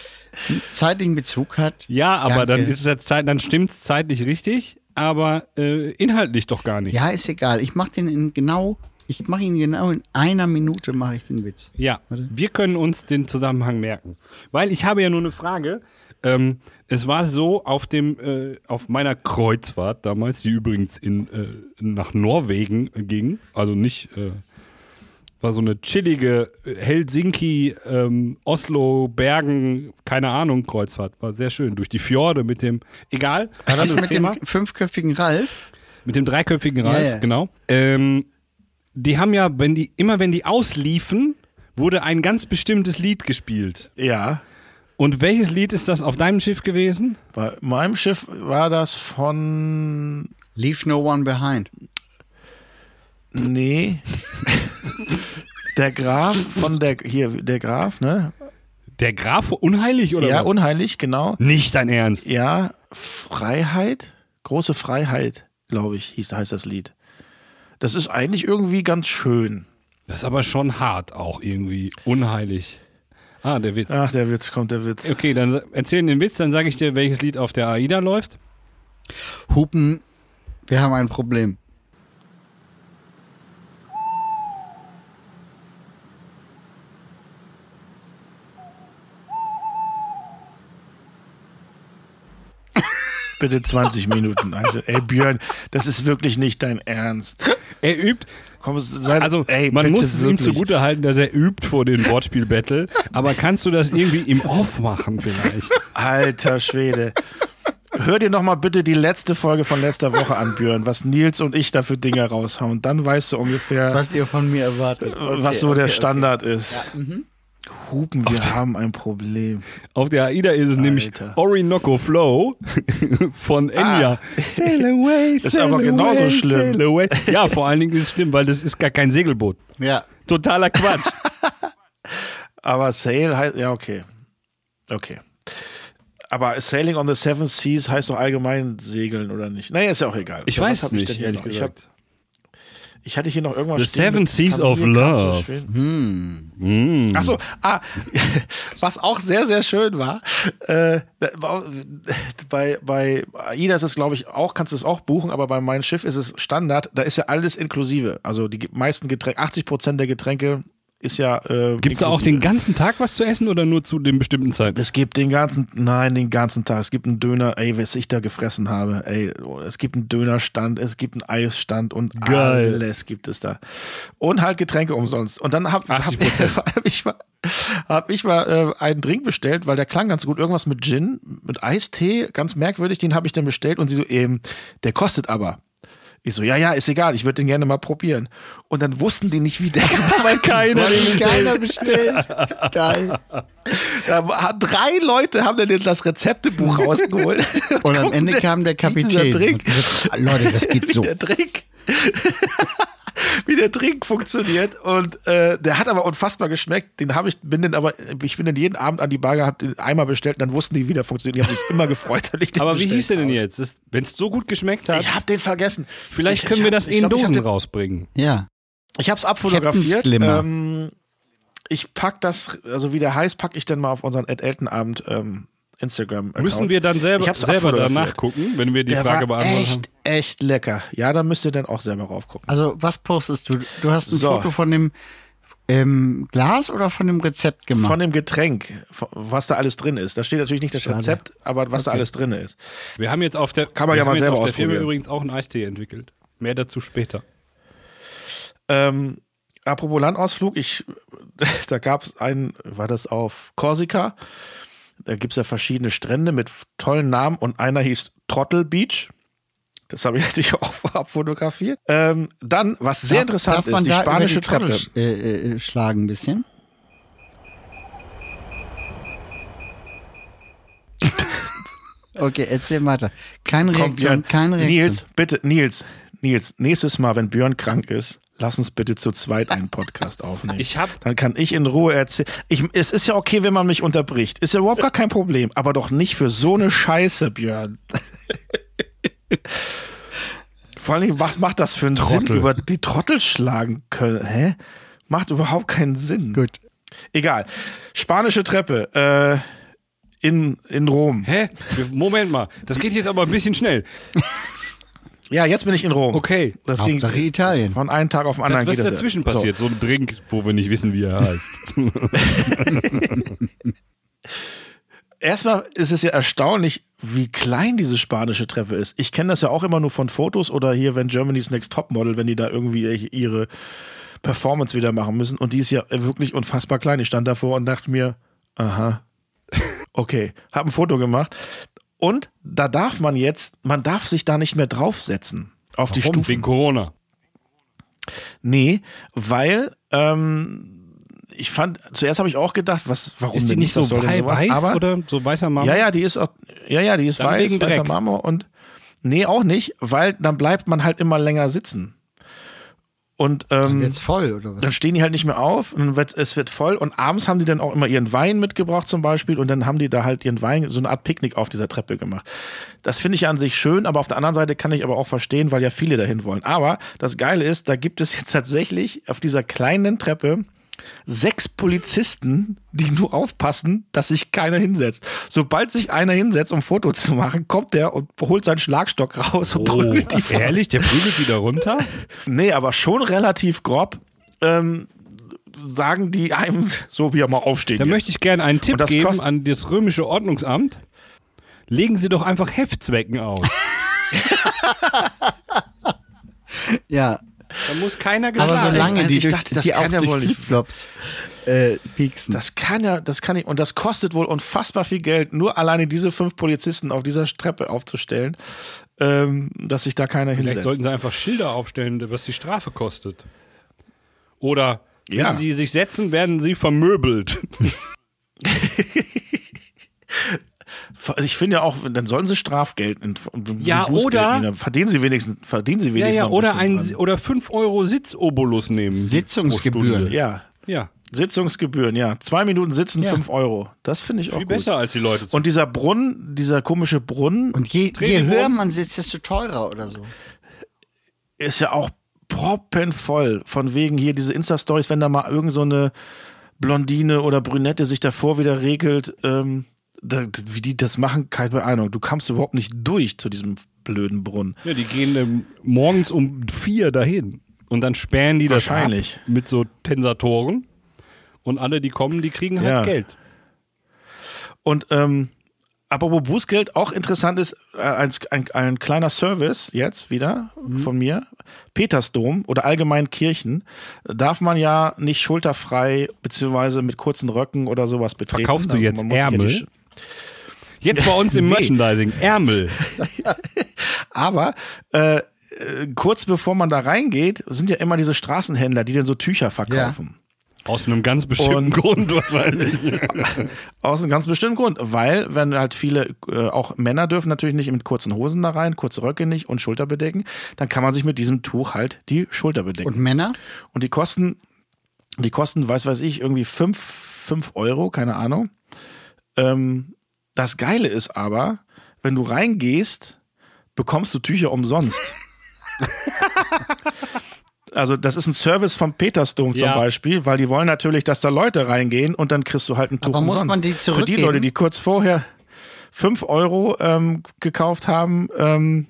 einen zeitlichen Bezug hat?
Ja, aber dann
Danke.
ist es ja Zeit, dann stimmt's zeitlich richtig, aber äh, inhaltlich doch gar nicht.
Ja, ist egal. Ich mache den in genau, ich mache ihn genau in einer Minute mache ich den Witz.
Ja, wir können uns den Zusammenhang merken. Weil ich habe ja nur eine Frage. Ähm, es war so, auf dem, äh, auf meiner Kreuzfahrt damals, die übrigens in, äh, nach Norwegen ging, also nicht, äh, war so eine chillige äh, Helsinki, ähm, Oslo, Bergen, keine Ahnung, Kreuzfahrt. War sehr schön. Durch die Fjorde mit dem, egal.
War das
anderes
mit
Thema.
dem fünfköpfigen Ralf?
Mit dem dreiköpfigen Ralf,
Ja, ja.
genau. Ähm, die haben ja, wenn die, immer wenn die ausliefen, wurde ein ganz bestimmtes Lied gespielt.
Ja.
Und welches Lied ist das auf deinem Schiff gewesen?
Bei meinem Schiff war das von.
Leave no one behind.
Nee. der Graf von der. Hier, der Graf, ne?
Der Graf unheilig oder
Ja,
was?
unheilig, genau.
Nicht dein Ernst.
Ja, Freiheit, große Freiheit, glaube ich, hieß, heißt das Lied. Das ist eigentlich irgendwie ganz schön.
Das ist aber schon hart auch irgendwie. Unheilig. Ah, der Witz.
Ach, der Witz, kommt der Witz.
Okay, dann sa- erzähl den Witz, dann sage ich dir, welches Lied auf der AIDA läuft.
Hupen, wir haben ein Problem.
Bitte 20 Minuten. Alter. Ey, Björn, das ist wirklich nicht dein Ernst.
Er übt,
Komm, sei,
also
ey,
man
bitte
muss es ihm
wirklich.
zugutehalten, dass er übt vor dem Wortspiel-Battle. aber kannst du das irgendwie im Off machen vielleicht?
Alter Schwede. Hör dir noch mal bitte die letzte Folge von letzter Woche an, Björn, was Nils und ich da für Dinge raushauen. Dann weißt du ungefähr, was,
Was ihr von mir erwartet.
so der Standard ist. Hupen, wir haben ein Problem.
Auf der AIDA ist es nämlich Orinoco Flow von Enya. Sail away,
Ist aber genauso schlimm.
away. Ja, vor allen Dingen ist es schlimm, weil das ist gar kein Segelboot.
Ja.
Totaler Quatsch.
Aber Sail heißt, ja, okay. Okay. Aber Sailing on the Seven Seas heißt doch allgemein segeln, oder nicht? Naja, ist ja auch egal.
Ich
Was
weiß
hab
es
ich
nicht,
denn hier
ehrlich
noch? Ich,
gesagt.
hab, ich hatte hier noch irgendwas
The
stehen
Seven
mit
Seas of
Familie, kann so
Love. Hm.
schön. Ach so, ah, was auch sehr, sehr schön war, äh, bei, bei AIDA ist es, glaube ich, auch, kannst du es auch buchen, aber bei meinem Schiff ist es Standard, da ist ja alles inklusive. Also die ge- meisten Getränke, 80 Prozent der Getränke ist ja. Äh,
Gibt es da auch
inklusive.
den ganzen Tag was zu essen oder nur zu den bestimmten Zeiten?
Es gibt den ganzen, nein, den ganzen Tag. Es gibt einen Döner, ey, was ich da gefressen habe, ey. Es gibt einen Dönerstand, es gibt einen Eisstand und
Geil.
alles gibt es da. Und halt Getränke umsonst. Und dann hab, hab,
80%.
hab ich mal, hab ich mal äh, einen Drink bestellt, weil der klang ganz gut. Irgendwas mit Gin, mit Eistee, ganz merkwürdig, den habe ich dann bestellt und sie so, eben, der kostet aber. Ich so, ja, ja, ist egal, ich würde den gerne mal probieren. Und dann wussten die nicht, wie der
Weil keiner.
Hat keiner bestellt. Geil.
Da haben drei Leute haben dann das Rezeptebuch rausgeholt.
Und am
Gucken,
Ende kam der
wie dieser
Kapitän.
Drink,
Ah, Leute, das geht
wie
so.
der Drink. wie der Drink funktioniert und äh, der hat aber unfassbar geschmeckt. Den habe ich bin den aber ich bin den jeden Abend an die Bar gehabt, den einmal bestellt und dann wussten die, wie der funktioniert. Ich habe mich immer gefreut, dass ich den
Aber wie
bestellt
hieß der denn
habe.
jetzt? Wenn es so gut geschmeckt hat,
Ich habe den vergessen.
vielleicht
Ich-
können
ich
wir
hab-
das
ich
in
glaub, ich hab
Dosen
den-
rausbringen.
Ja.
Ich habe es abfotografiert.
Captain's Glimmer.
Ähm, ich pack das, also wie der heißt, packe ich dann mal auf unseren Ed Elton Abend ähm, Instagram.
Müssen wir dann selber,
hab's
selber
abfotografiert.
danach gucken, wenn wir die
der
Frage
war
beantworten? haben?
echt, echt lecker. Ja, da müsst ihr dann auch selber raufgucken.
Also, was postest du? Du hast ein
So.
Foto von dem ähm, Glas oder von dem Rezept gemacht?
Von dem Getränk, von- was da alles drin ist. Da steht natürlich nicht das
Schade.
Rezept, aber was da alles drin ist.
Wir haben jetzt auf der,
Kann man
wir
ja mal
haben jetzt
selber
auf der Firma
ausprobieren.
übrigens auch einen Eistee entwickelt. Mehr dazu später.
Ähm, apropos Landausflug, ich, da gab es einen, war das auf Korsika? Da gibt es ja verschiedene Strände mit tollen Namen und einer hieß Trottel Beach. Das habe ich natürlich auch vorab fotografiert. Ähm, dann, was sehr
Darf-
interessant
darf man
ist, die
da über
spanische
Trottel
Treppe.
sch- Äh, äh, schlagen ein bisschen. Okay, erzähl weiter. Keine
Komm,
Reaktion,
Björn.
keine Reaktion.
Nils, bitte, Nils. Nils, nächstes Mal, wenn Björn krank ist, lass uns bitte zu zweit einen Podcast aufnehmen.
Ich hab-
Dann kann ich in Ruhe erzählen. Ich, es ist ja okay, wenn man mich unterbricht. Ist ja überhaupt gar kein Problem. Aber doch nicht für so eine Scheiße, Björn. Vor allem, was macht das für einen Sinn,
Trottel.
über die Trottel schlagen können? Hä? Macht überhaupt keinen Sinn.
Gut.
Egal. Spanische Treppe äh, in, in Rom.
Hä? Moment mal, das geht jetzt aber ein bisschen schnell.
Ja, jetzt bin ich in Rom.
Okay.
Das ging
Hauptsache Italien.
von einem Tag auf den anderen.
Was ist
geht das
dazwischen
ja.
passiert? So. ein Drink, wo wir nicht wissen, wie er heißt.
So. Erstmal ist es ja erstaunlich, wie klein diese spanische Treppe ist. Ich kenne das ja auch immer nur von Fotos oder hier, wenn Germany's Next Topmodel, wenn die da irgendwie ihre Performance wieder machen müssen. Und die ist ja wirklich unfassbar klein. Ich stand davor und dachte mir, aha, okay, habe ein Foto gemacht. Und da darf man jetzt, man darf sich da nicht mehr draufsetzen auf die Stufen.
Wegen Corona.
Nee, weil ähm, ich fand, zuerst habe ich auch gedacht, was, warum
Ist die
denn
nicht so
was soll denn
wei-
sowas?
weiß
aber,
oder so weißer Mann?
Ja, ja, die ist auch, ja, ja, die ist
Dann
weiß,
wegen
weißer
Dreck.
Marmor und nee, auch nicht, weil dann bleibt man halt immer länger sitzen. Und ähm,
Jetzt voll, oder was?
dann stehen die halt nicht mehr auf und dann wird, es wird voll und abends haben die dann auch immer ihren Wein mitgebracht zum Beispiel und dann haben die da halt ihren Wein, so eine Art Picknick auf dieser Treppe gemacht. Das finde ich ja an sich schön, aber auf der anderen Seite kann ich aber auch verstehen, weil ja viele dahin wollen. Aber das Geile ist, da gibt es jetzt tatsächlich auf dieser kleinen Treppe sechs Polizisten, die nur aufpassen, dass sich keiner hinsetzt. Sobald sich einer hinsetzt, um Foto zu machen, kommt der und holt seinen Schlagstock raus
Oh,
Oh,
und prügelt die voll.
ehrlich? Der prügelt die da runter?
Nee, aber schon relativ grob ähm, sagen die einem, so wie er mal aufsteht.
Da
jetzt.
möchte ich gerne einen Tipp
Und das
geben
kostet-
an das römische Ordnungsamt. Legen Sie doch einfach Heftzwecken aus.
Ja.
da muss keiner
Aber
war
solange
echt-
die,
ich
durch-
dachte, das
die auch
kann ja
durch
wohl nicht.
Flipflops äh, pieksen.
das kann ja, das kann ich, und das kostet wohl unfassbar viel Geld, nur alleine diese fünf Polizisten auf dieser Treppe aufzustellen, ähm, dass sich da keiner
Vielleicht
hinsetzt.
sollten Sie einfach Schilder aufstellen, was die Strafe kostet. Oder wenn
Ja.
Sie sich setzen, werden Sie vermöbelt.
Also ich finde ja auch, dann sollen sie Strafgeld in, in
Ja,
Bußgeld
oder-
nehmen. verdienen sie wenigstens, verdienen sie
Ja,
wenigstens.
ja,
noch ein
oder,
bisschen
ein,
dran.
oder 5 Euro Sitzobolus nehmen.
Sitzungsgebühren.
Pro Stunde.
ja,
Ja,
Sitzungsgebühren, ja. Zwei Minuten sitzen,
Ja.
fünf Euro. Das finde ich auch
viel
gut.
besser als die Leute.
Und dieser Brunnen, dieser komische Brunnen,
Und je, je
Training
höher
oben.
man sitzt, desto teurer oder so.
ist ja auch proppenvoll von wegen hier diese Insta-Stories, wenn da mal irgend so eine Blondine oder Brünette sich davor wieder regelt, ähm, da, wie die das machen, keine Ahnung. Du kamst überhaupt nicht durch zu diesem blöden Brunnen.
ja, die gehen ähm, morgens um 4 dahin. Und dann spähen die das ab
Wahrscheinlich.
mit so Tensatoren. Und alle, die kommen, die kriegen halt
Ja.
Geld.
Und ähm, apropos Bußgeld, auch interessant ist äh, ein, ein, ein kleiner Service jetzt wieder
Mhm.
von mir. Petersdom oder allgemein Kirchen äh, darf man ja nicht schulterfrei beziehungsweise mit kurzen Röcken oder sowas betreten.
Verkaufst du
Also
jetzt
man muss sich
Ärmel?
Ja die,
Jetzt bei uns im
Nee.
Merchandising. Ärmel.
Aber äh, äh, kurz bevor man da reingeht, sind ja immer diese Straßenhändler, die dann so Tücher verkaufen.
Aus einem ganz bestimmten
Und-
Grund wahrscheinlich.
Aus einem ganz bestimmten Grund, weil wenn halt viele, äh, auch Männer dürfen natürlich nicht mit kurzen Hosen da rein, kurze Röcke nicht und Schulter bedecken, dann kann man sich mit diesem Tuch halt die Schulter bedecken.
Und Männer?
Und, die kosten, die kosten, weiß weiß ich, irgendwie fünf fünf Euro, keine Ahnung. Ähm, das Geile ist aber, wenn du reingehst, bekommst du Tücher umsonst. Also das ist ein Service vom Petersdom
Ja.
zum Beispiel, weil die wollen natürlich, dass da Leute reingehen und dann kriegst du halt ein Tuch
Aber muss
umsonst.
man die
Für die
zurückgeben?
Leute, die kurz vorher 5 Euro ähm, gekauft haben, ähm,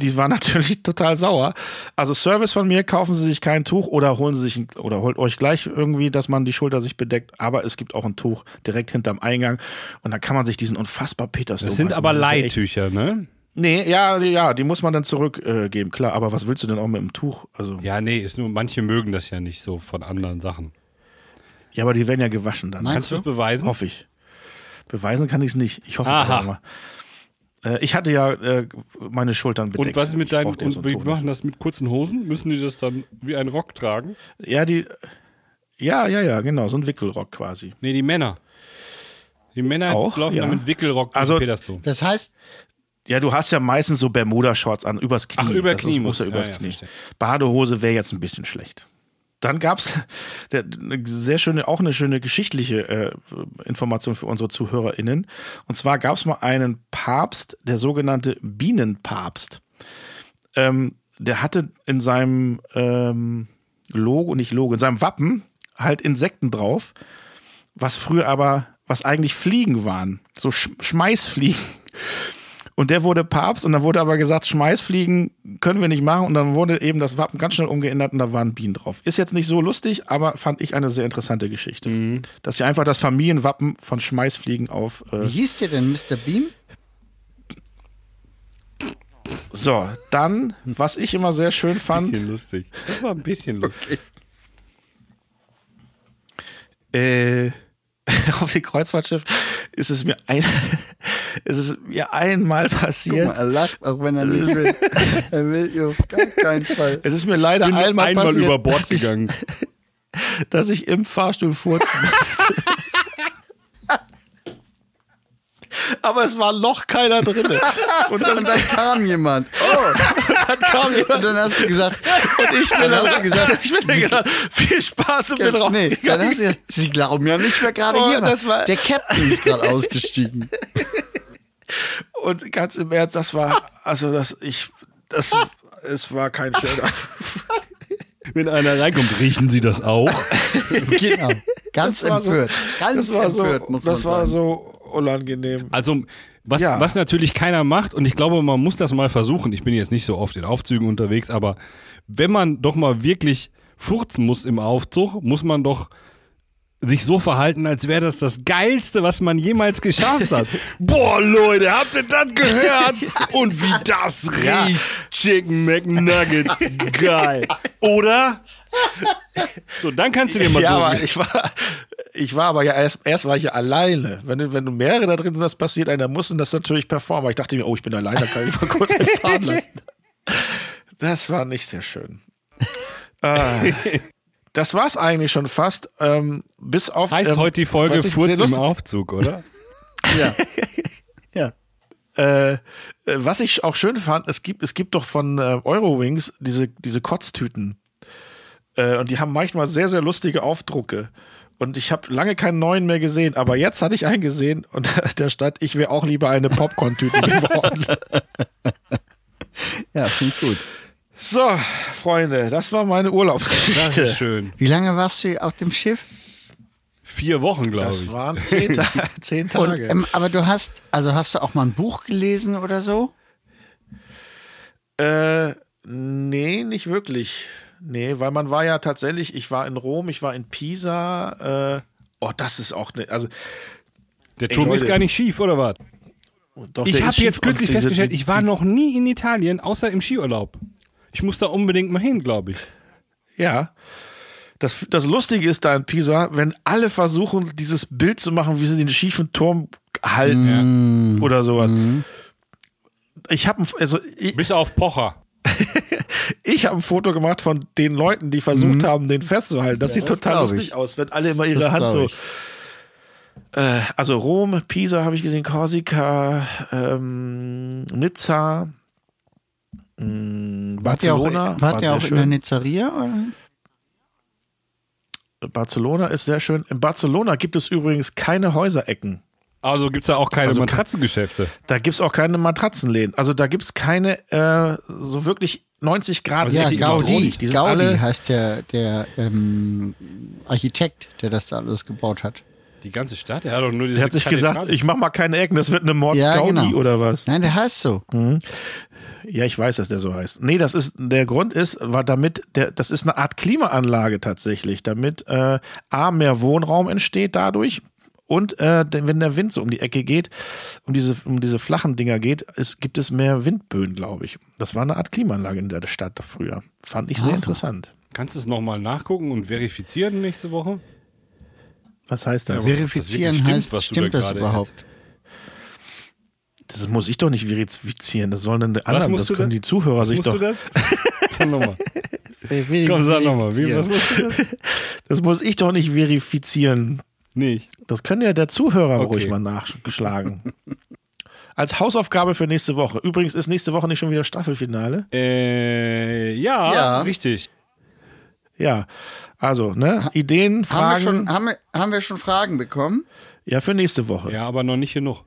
die waren natürlich total sauer. Also Service von mir, kaufen Sie sich kein Tuch oder holen Sie sich ein, oder holt euch gleich irgendwie, dass man die Schulter sich bedeckt. Aber es gibt auch ein Tuch direkt hinterm Eingang und dann kann man sich diesen unfassbar Petersdom.
Das sind
angucken.
aber
Oh ist ja echt-
Leittücher, ne?
Nee, ja, ja, die muss man dann zurückgeben, äh, geben, klar. Aber was willst du denn auch mit dem Tuch? Also ja,
Ja, nee, ist nur, manche mögen das ja nicht so von anderen Sachen.
aber die werden ja gewaschen dann.
Meinst
Kannst du es beweisen?
Hoffe ich. Beweisen kann ich es nicht. Ich hoffe es
Aha.
aber mal. Äh, ich hatte ja äh, meine Schultern bedeckt.
Und was ist
Ich
mit deinen,
brauchte ja so
und
ein
wir
Tuch
machen das mit kurzen Hosen? Müssen die das dann wie ein Rock tragen?
nicht. Ja, die. Ja, ja, ja, genau. So ein Wickelrock quasi.
Nee, die Männer. Die Männer
Auch,
laufen
ja.
dann mit Wickelrock durch
Also-
den Petersdom.
Das heißt,
Ja, du hast ja meistens so Bermuda-Shorts an, übers Knie.
Ach, über
das
Knie
ist-
muss-
muss ja
ja,
übers
ja,
Knie.
verstehe.
Badehose wäre jetzt ein bisschen schlecht. Dann gab es eine sehr schöne, auch eine schöne geschichtliche äh, Information für unsere ZuhörerInnen. Und zwar gab es mal einen Papst, der sogenannte Bienenpapst. Ähm, der hatte in seinem ähm, Logo, nicht Logo, in seinem Wappen halt Insekten drauf was früher aber, was eigentlich Fliegen waren, so Sch Schmeißfliegen. Und der wurde Papst und dann wurde aber gesagt, Schmeißfliegen können wir nicht machen. Und dann wurde eben das Wappen ganz schnell umgeändert und da waren Bienen drauf. Ist jetzt nicht so lustig, aber fand ich eine sehr interessante Geschichte.
Mhm.
Dass sie einfach das Familienwappen von Schmeißfliegen auf.
Wie
Äh,
hieß der denn, Mr. Beam?
so, dann, was ich immer sehr schön fand.
bisschen lustig. Das war ein bisschen lustig.
äh, auf dem Kreuzfahrtschiff ist es mir ein, ist es ist mir einmal
Guck
passiert.
mal, er lacht, auch wenn er nicht will. er will auf gar keinen Fall.
es ist mir leider
Bin
einmal,
einmal
passiert,
über Bord
dass ich-
gegangen.
dass ich im Fahrstuhl furzen musste. Aber es war noch keiner drinne. Und dann,
Und dann kam jemand. Oh,
dann kam
und
jemand
dann hast du gesagt,
und ich bin
Dann
dann,
hast du gesagt,
ich bin dann gesagt, viel Spaß und bin
Genau, nee, dann
rausgegangen.
hast du, sie glauben ja nicht, wer gerade
Oh,
hier
das
war.
war-
Der Captain ist gerade ausgestiegen.
und ganz im Ernst, das war, also das, ich, das, es war kein schöner.
Wenn einer reinkommt, riechen sie das auch.
Genau. Ganz
Das war so-
empört. Ganz
Das war
empört,
so,
muss man
das war
sagen.
so unangenehm.
Also, was,
Ja.
was natürlich keiner macht, und ich glaube, man muss das mal versuchen. Ich bin jetzt nicht so oft in Aufzügen unterwegs, aber wenn man doch mal wirklich furzen muss im Aufzug, muss man doch sich so verhalten, als wäre das das Geilste, was man jemals geschafft hat. Boah, Leute, habt ihr das gehört? Und wie das riecht.
Ja.
Chicken McNuggets. Geil. Oder? So, dann kannst du dir mal
ja, aber
durchlesen.
ich war, ich war aber ja erst, erst war ich ja alleine. Wenn, du- wenn du mehrere da drin sind, das passiert, einer muss und das natürlich performen. Aber ich dachte mir, oh, ich bin alleine, da kann ich mal kurz entfahren lassen. Das war nicht sehr schön. äh, das war's eigentlich schon fast. Ähm, bis auf.
Heißt
ähm,
heute die Folge
was ich sehr
Furz im
lustig-
Aufzug, oder?
Ja. ja.
äh, äh, was ich auch schön fand, es gibt, es gibt doch von äh, Eurowings diese, diese Kotztüten. Äh, und die haben manchmal sehr, sehr lustige Aufdrucke. Und ich habe lange keinen neuen mehr gesehen, aber jetzt hatte ich einen gesehen und da stand, ich wäre auch lieber eine Popcorn-Tüte geworden.
Ja, finde ich gut.
So, Freunde, das war meine Urlaubsgeschichte.
schön.
Wie lange warst du auf dem Schiff?
Vier Wochen, glaube ich.
Das waren zehn, Ta zehn
Und,
Tage.
ähm, aber du hast, also hast du auch mal ein Buch gelesen oder so?
Äh, nee, nicht wirklich. Nee, weil man war ja tatsächlich, ich war in Rom, ich war in Pisa. Äh, oh, das ist auch ne, also
Der
Ey,
Turm ist
Leute.
gar nicht schief, oder was?
doch,
Ich
der
habe
ist schief
jetzt kürzlich
und diese-
festgestellt,
die-
ich war noch nie in Italien, außer im Skiurlaub. Ich muss da unbedingt mal hin, glaube ich.
Ja. Das, das Lustige ist da in Pisa, wenn alle versuchen, dieses Bild zu machen, wie sie den schiefen Turm halten
Mm.
oder sowas. Ich habe also ich,
Bis auf Pocher.
ich hab ein Foto gemacht von den Leuten, die versucht haben, den festzuhalten. Das sieht
Mm. das
total
glaub
lustig
ich.
aus, wenn alle immer ihre
Das
Hand
glaub
so.
ich.
Äh, also Rom, Pisa habe ich gesehen, Korsika, ähm, Nizza, mh,
Wart ihr auch,
Barcelona.
wart ihr
sehr
auch in
schön.
der Nizzeria? Oder?
Barcelona ist sehr schön. In Barcelona gibt es übrigens keine Häuserecken.
Also gibt's da auch keine
Also-
Matratzengeschäfte.
Da gibt es auch keine Matratzenläden. Also da gibt es keine äh, so wirklich 90 Grad.
Ja,
Ja,
richtig
Also Gaudi.
Die sind
Gaudi
alle,
heißt der, der ähm, Architekt, der das da alles gebaut hat.
Die ganze Stadt, der hat doch nur diese
der hat sich gesagt, ich mach mal keine Ecken, das wird eine Mords
Ja,
Gaudi
genau.
oder was.
Nein, der heißt so.
Ja, ich weiß, dass der so heißt. Nee, das ist der Grund ist, war damit der das ist eine Art Klimaanlage tatsächlich, damit äh, a mehr Wohnraum entsteht dadurch und äh, denn wenn der Wind so um die Ecke geht, um diese um diese flachen Dinger geht, es gibt es mehr Windböen, glaube ich. Das war eine Art Klimaanlage in der Stadt früher. Fand
Ah.
ich sehr interessant.
Kannst du es nochmal nachgucken und verifizieren nächste Woche?
Was heißt das?
Ja,
Verifizieren
das wirklich
heißt,
stimmt, was du
stimmt
da
das
gerade
überhaupt?
Das muss ich doch nicht verifizieren. Das sollen dann die anderen,
musst
das
du
können
da-
die Zuhörer sich
Musst du
doch.
das? Sag nochmal. Komm, sag nochmal. Wie, was
Verifizieren.
musst du das?
Das muss ich doch nicht verifizieren.
Nicht.
Das können ja der Zuhörer
Okay.
ruhig mal nachschlagen. als Hausaufgabe für nächste Woche. Übrigens ist nächste Woche nicht schon wieder Staffelfinale.
Äh, ja,
Ja.
richtig.
Ja. Also, ne? Ideen,
Haben wir,
Fragen.
schon, haben, wir, haben wir schon Fragen bekommen?
ja, für nächste Woche.
Ja, aber noch nicht genug.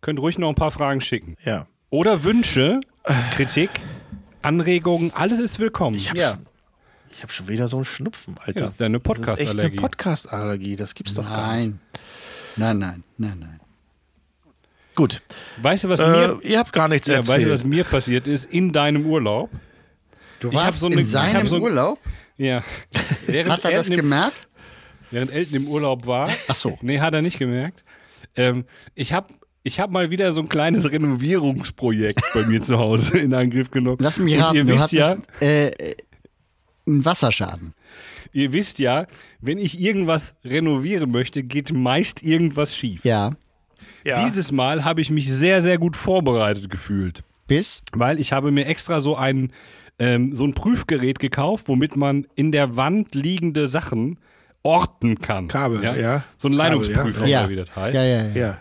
Könnt ruhig noch ein paar Fragen schicken.
ja.
Oder Wünsche, Kritik, Anregungen, alles ist willkommen.
Ja.
Ich habe schon wieder so einen Schnupfen, Alter.
das ist deine
Das ist echt eine
Podcast-Allergie.
Podcast-Allergie. Das gibt's doch gar nicht.
Nein. Nein, nein, nein, nein.
Gut.
Weißt du, was
Äh,
mir
ihr habt gar nichts
ja,
erzählt.
weißt du, was mir passiert ist in deinem Urlaub?
Du
Ich hab
warst
so eine-
in
ich hab
seinem
so-
Urlaub?
Ja. Während
Hat er das
im,
gemerkt?
Während Elton im Urlaub war.
Ach so.
Nee, hat er nicht gemerkt. Ähm, ich habe ich hab mal wieder so ein kleines Renovierungsprojekt bei mir zu Hause in Angriff genommen.
Lass mich
Und
raten,
Ihr
du
wisst,
hattest
ja,
äh, äh, einen Wasserschaden.
ihr wisst ja, wenn ich irgendwas renovieren möchte, geht meist irgendwas schief.
Ja.
ja.
Dieses Mal habe ich mich sehr, sehr gut vorbereitet gefühlt.
Bis?
Weil ich habe mir extra so ein, ähm, so ein Prüfgerät gekauft, womit man in der Wand liegende Sachen orten kann.
Kabel, ja.
So ein
Kabel,
Leitungsprüfer,
Ja.
oder wie Oh, das
Ja,
heißt.
ja, ja.
ja.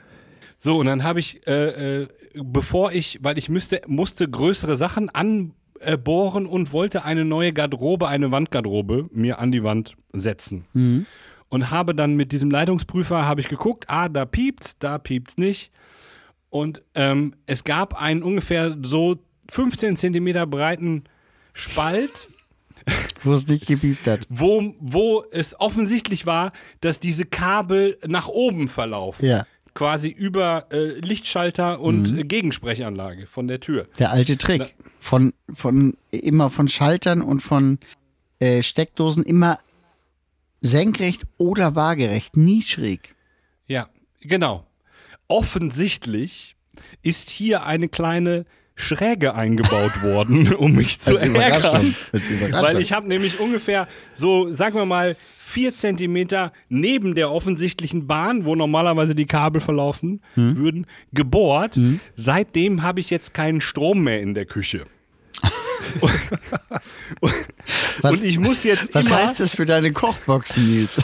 So, und dann habe ich, äh, äh, bevor ich, weil ich müsste, musste größere Sachen anbohren und wollte eine neue Garderobe, eine Wandgarderobe mir an die Wand setzen. Und habe dann mit diesem Leitungsprüfer, habe ich geguckt, ah, da piept's, da piept's nicht. Und ähm, es gab einen ungefähr so 15 Zentimeter breiten Spalt,
Wo es nicht gebiebt hat.
wo, wo es offensichtlich war, dass diese Kabel nach oben verlaufen
Ja.
quasi über äh, Lichtschalter und äh, Gegensprechanlage von der Tür.
Der alte Trick. Von, von immer von Schaltern und von äh, Steckdosen immer senkrecht oder waagerecht, nie schräg.
Ja, genau. Offensichtlich ist hier eine kleine Schräge eingebaut worden, um mich zu
Also,
ärgern. Weil ich habe nämlich ungefähr so, sagen wir mal, vier Zentimeter neben der offensichtlichen Bahn, wo normalerweise die Kabel verlaufen
Hm.
würden, gebohrt. Seitdem habe ich jetzt keinen Strom mehr in der Küche.
Was-
und ich muss jetzt
Was
immer
heißt das für deine Kochboxen, Nils?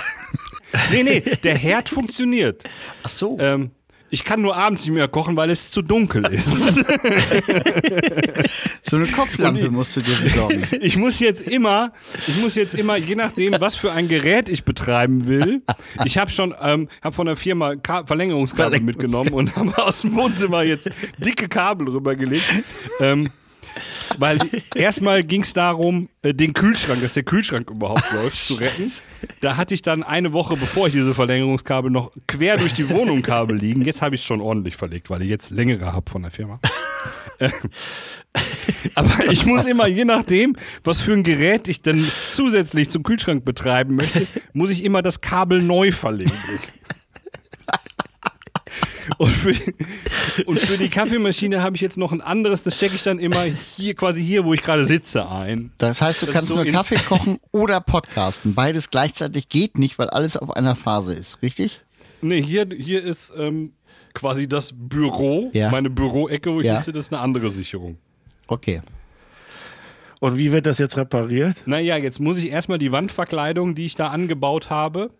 Nee, nee, der Herd funktioniert.
Ach so.
Ähm, ich kann nur abends nicht mehr kochen, weil es zu dunkel ist.
so eine Kopflampe musst du dir besorgen.
Ich muss jetzt immer, ich muss jetzt immer, je nachdem, was für ein Gerät ich betreiben will. Ich habe schon, ähm, habe von der Firma Ka Verlängerungskabel
Verlängerungskabel.
mitgenommen und habe aus dem Wohnzimmer jetzt dicke Kabel rübergelegt. Ähm, weil erstmal ging es darum, äh, den Kühlschrank, dass der Kühlschrank überhaupt läuft, zu retten. Da hatte ich dann eine Woche, bevor ich diese Verlängerungskabel noch quer durch die Wohnung Kabel liegen. Jetzt habe ich es schon ordentlich verlegt, weil ich jetzt längere habe von der Firma. Ähm, Aber ich muss immer, je nachdem, was für ein Gerät ich denn zusätzlich zum Kühlschrank betreiben möchte, muss ich immer das Kabel neu verlegen. Und für, und für die Kaffeemaschine habe ich jetzt noch ein anderes, das stecke ich dann immer hier, quasi hier, wo ich gerade sitze, ein.
Das heißt, du
Das ist
kannst
so
nur
ins-
Kaffee kochen oder podcasten. Beides gleichzeitig geht nicht, weil alles auf einer Phase ist, richtig?
Nee, hier, hier ist ähm, quasi das Büro,
Ja.
meine Büroecke, wo ich
Ja.
sitze, das ist eine andere Sicherung.
Okay.
Und wie wird das jetzt repariert?
Naja, jetzt muss ich erstmal die Wandverkleidung, die ich da angebaut habe,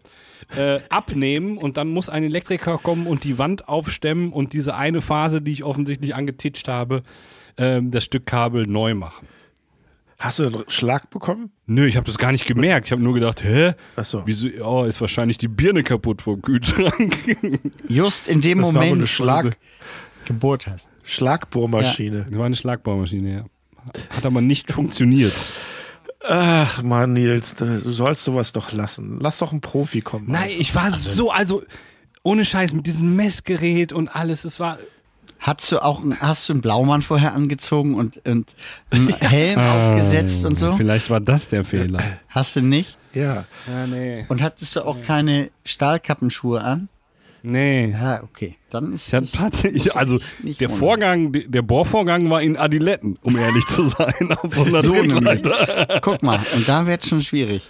äh, abnehmen und dann muss ein Elektriker kommen und die Wand aufstemmen und diese eine Phase, die ich offensichtlich angetitscht habe, ähm, das Stück Kabel neu machen.
Hast du einen Schlag bekommen?
Nö, ich habe das gar nicht gemerkt. Ich habe nur gedacht, hä?
Ach so.
Wieso? Oh, ist wahrscheinlich die Birne kaputt vom Kühlschrank.
Just in dem
Das war wohl
Moment,
eine Schlag
wo du Geburt hast.
Schlagbohrmaschine.
Das war eine Schlagbohrmaschine, ja. Hat aber nicht funktioniert.
Ach Mann, Nils, du sollst sowas doch lassen. Lass doch einen Profi kommen.
Nein, ich war so, also ohne Scheiß mit diesem Messgerät und alles. Es war
Hast du auch einen- hast du einen Blaumann vorher angezogen und, und einen Helm aufgesetzt und so?
Vielleicht war das der Fehler.
Hast du nicht?
Ja.
Ja, nee.
Und hattest du auch keine Stahlkappenschuhe an?
Nee.
Ja, okay. Dann ist
Ich hatte
ist-
tatsächlich,
ist
also
nicht
der
ohne.
Vorgang, der Bohrvorgang war in Adiletten, um ehrlich zu sein. Auf so einer
So nämlich.
Trittleiter.
Guck mal, und da wird schon schwierig.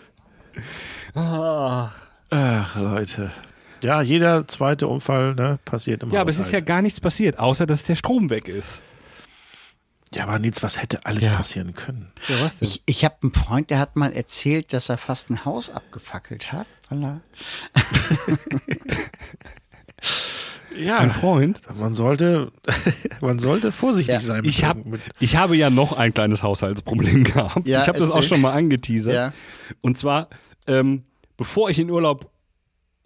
Ach, Leute. Ja, jeder zweite Unfall ne, passiert im
Ja, aber es ist ja
Haushalt.
gar nichts passiert, außer dass der Strom weg ist.
Ja, aber Nils, was hätte alles passieren können?
Ja, was denn?
Ich, ich habe einen Freund, der hat mal erzählt, dass er fast ein Haus abgefackelt hat, weil er
Ja.
Ein Freund.
Man sollte, man sollte vorsichtig
Ja,
sein. mit-
Ich, hab,
mit-
ich habe ja noch ein kleines Haushaltsproblem gehabt.
Ja,
ich habe das auch
erzähl.
schon mal angeteasert.
Ja.
Und zwar, ähm, bevor ich in Urlaub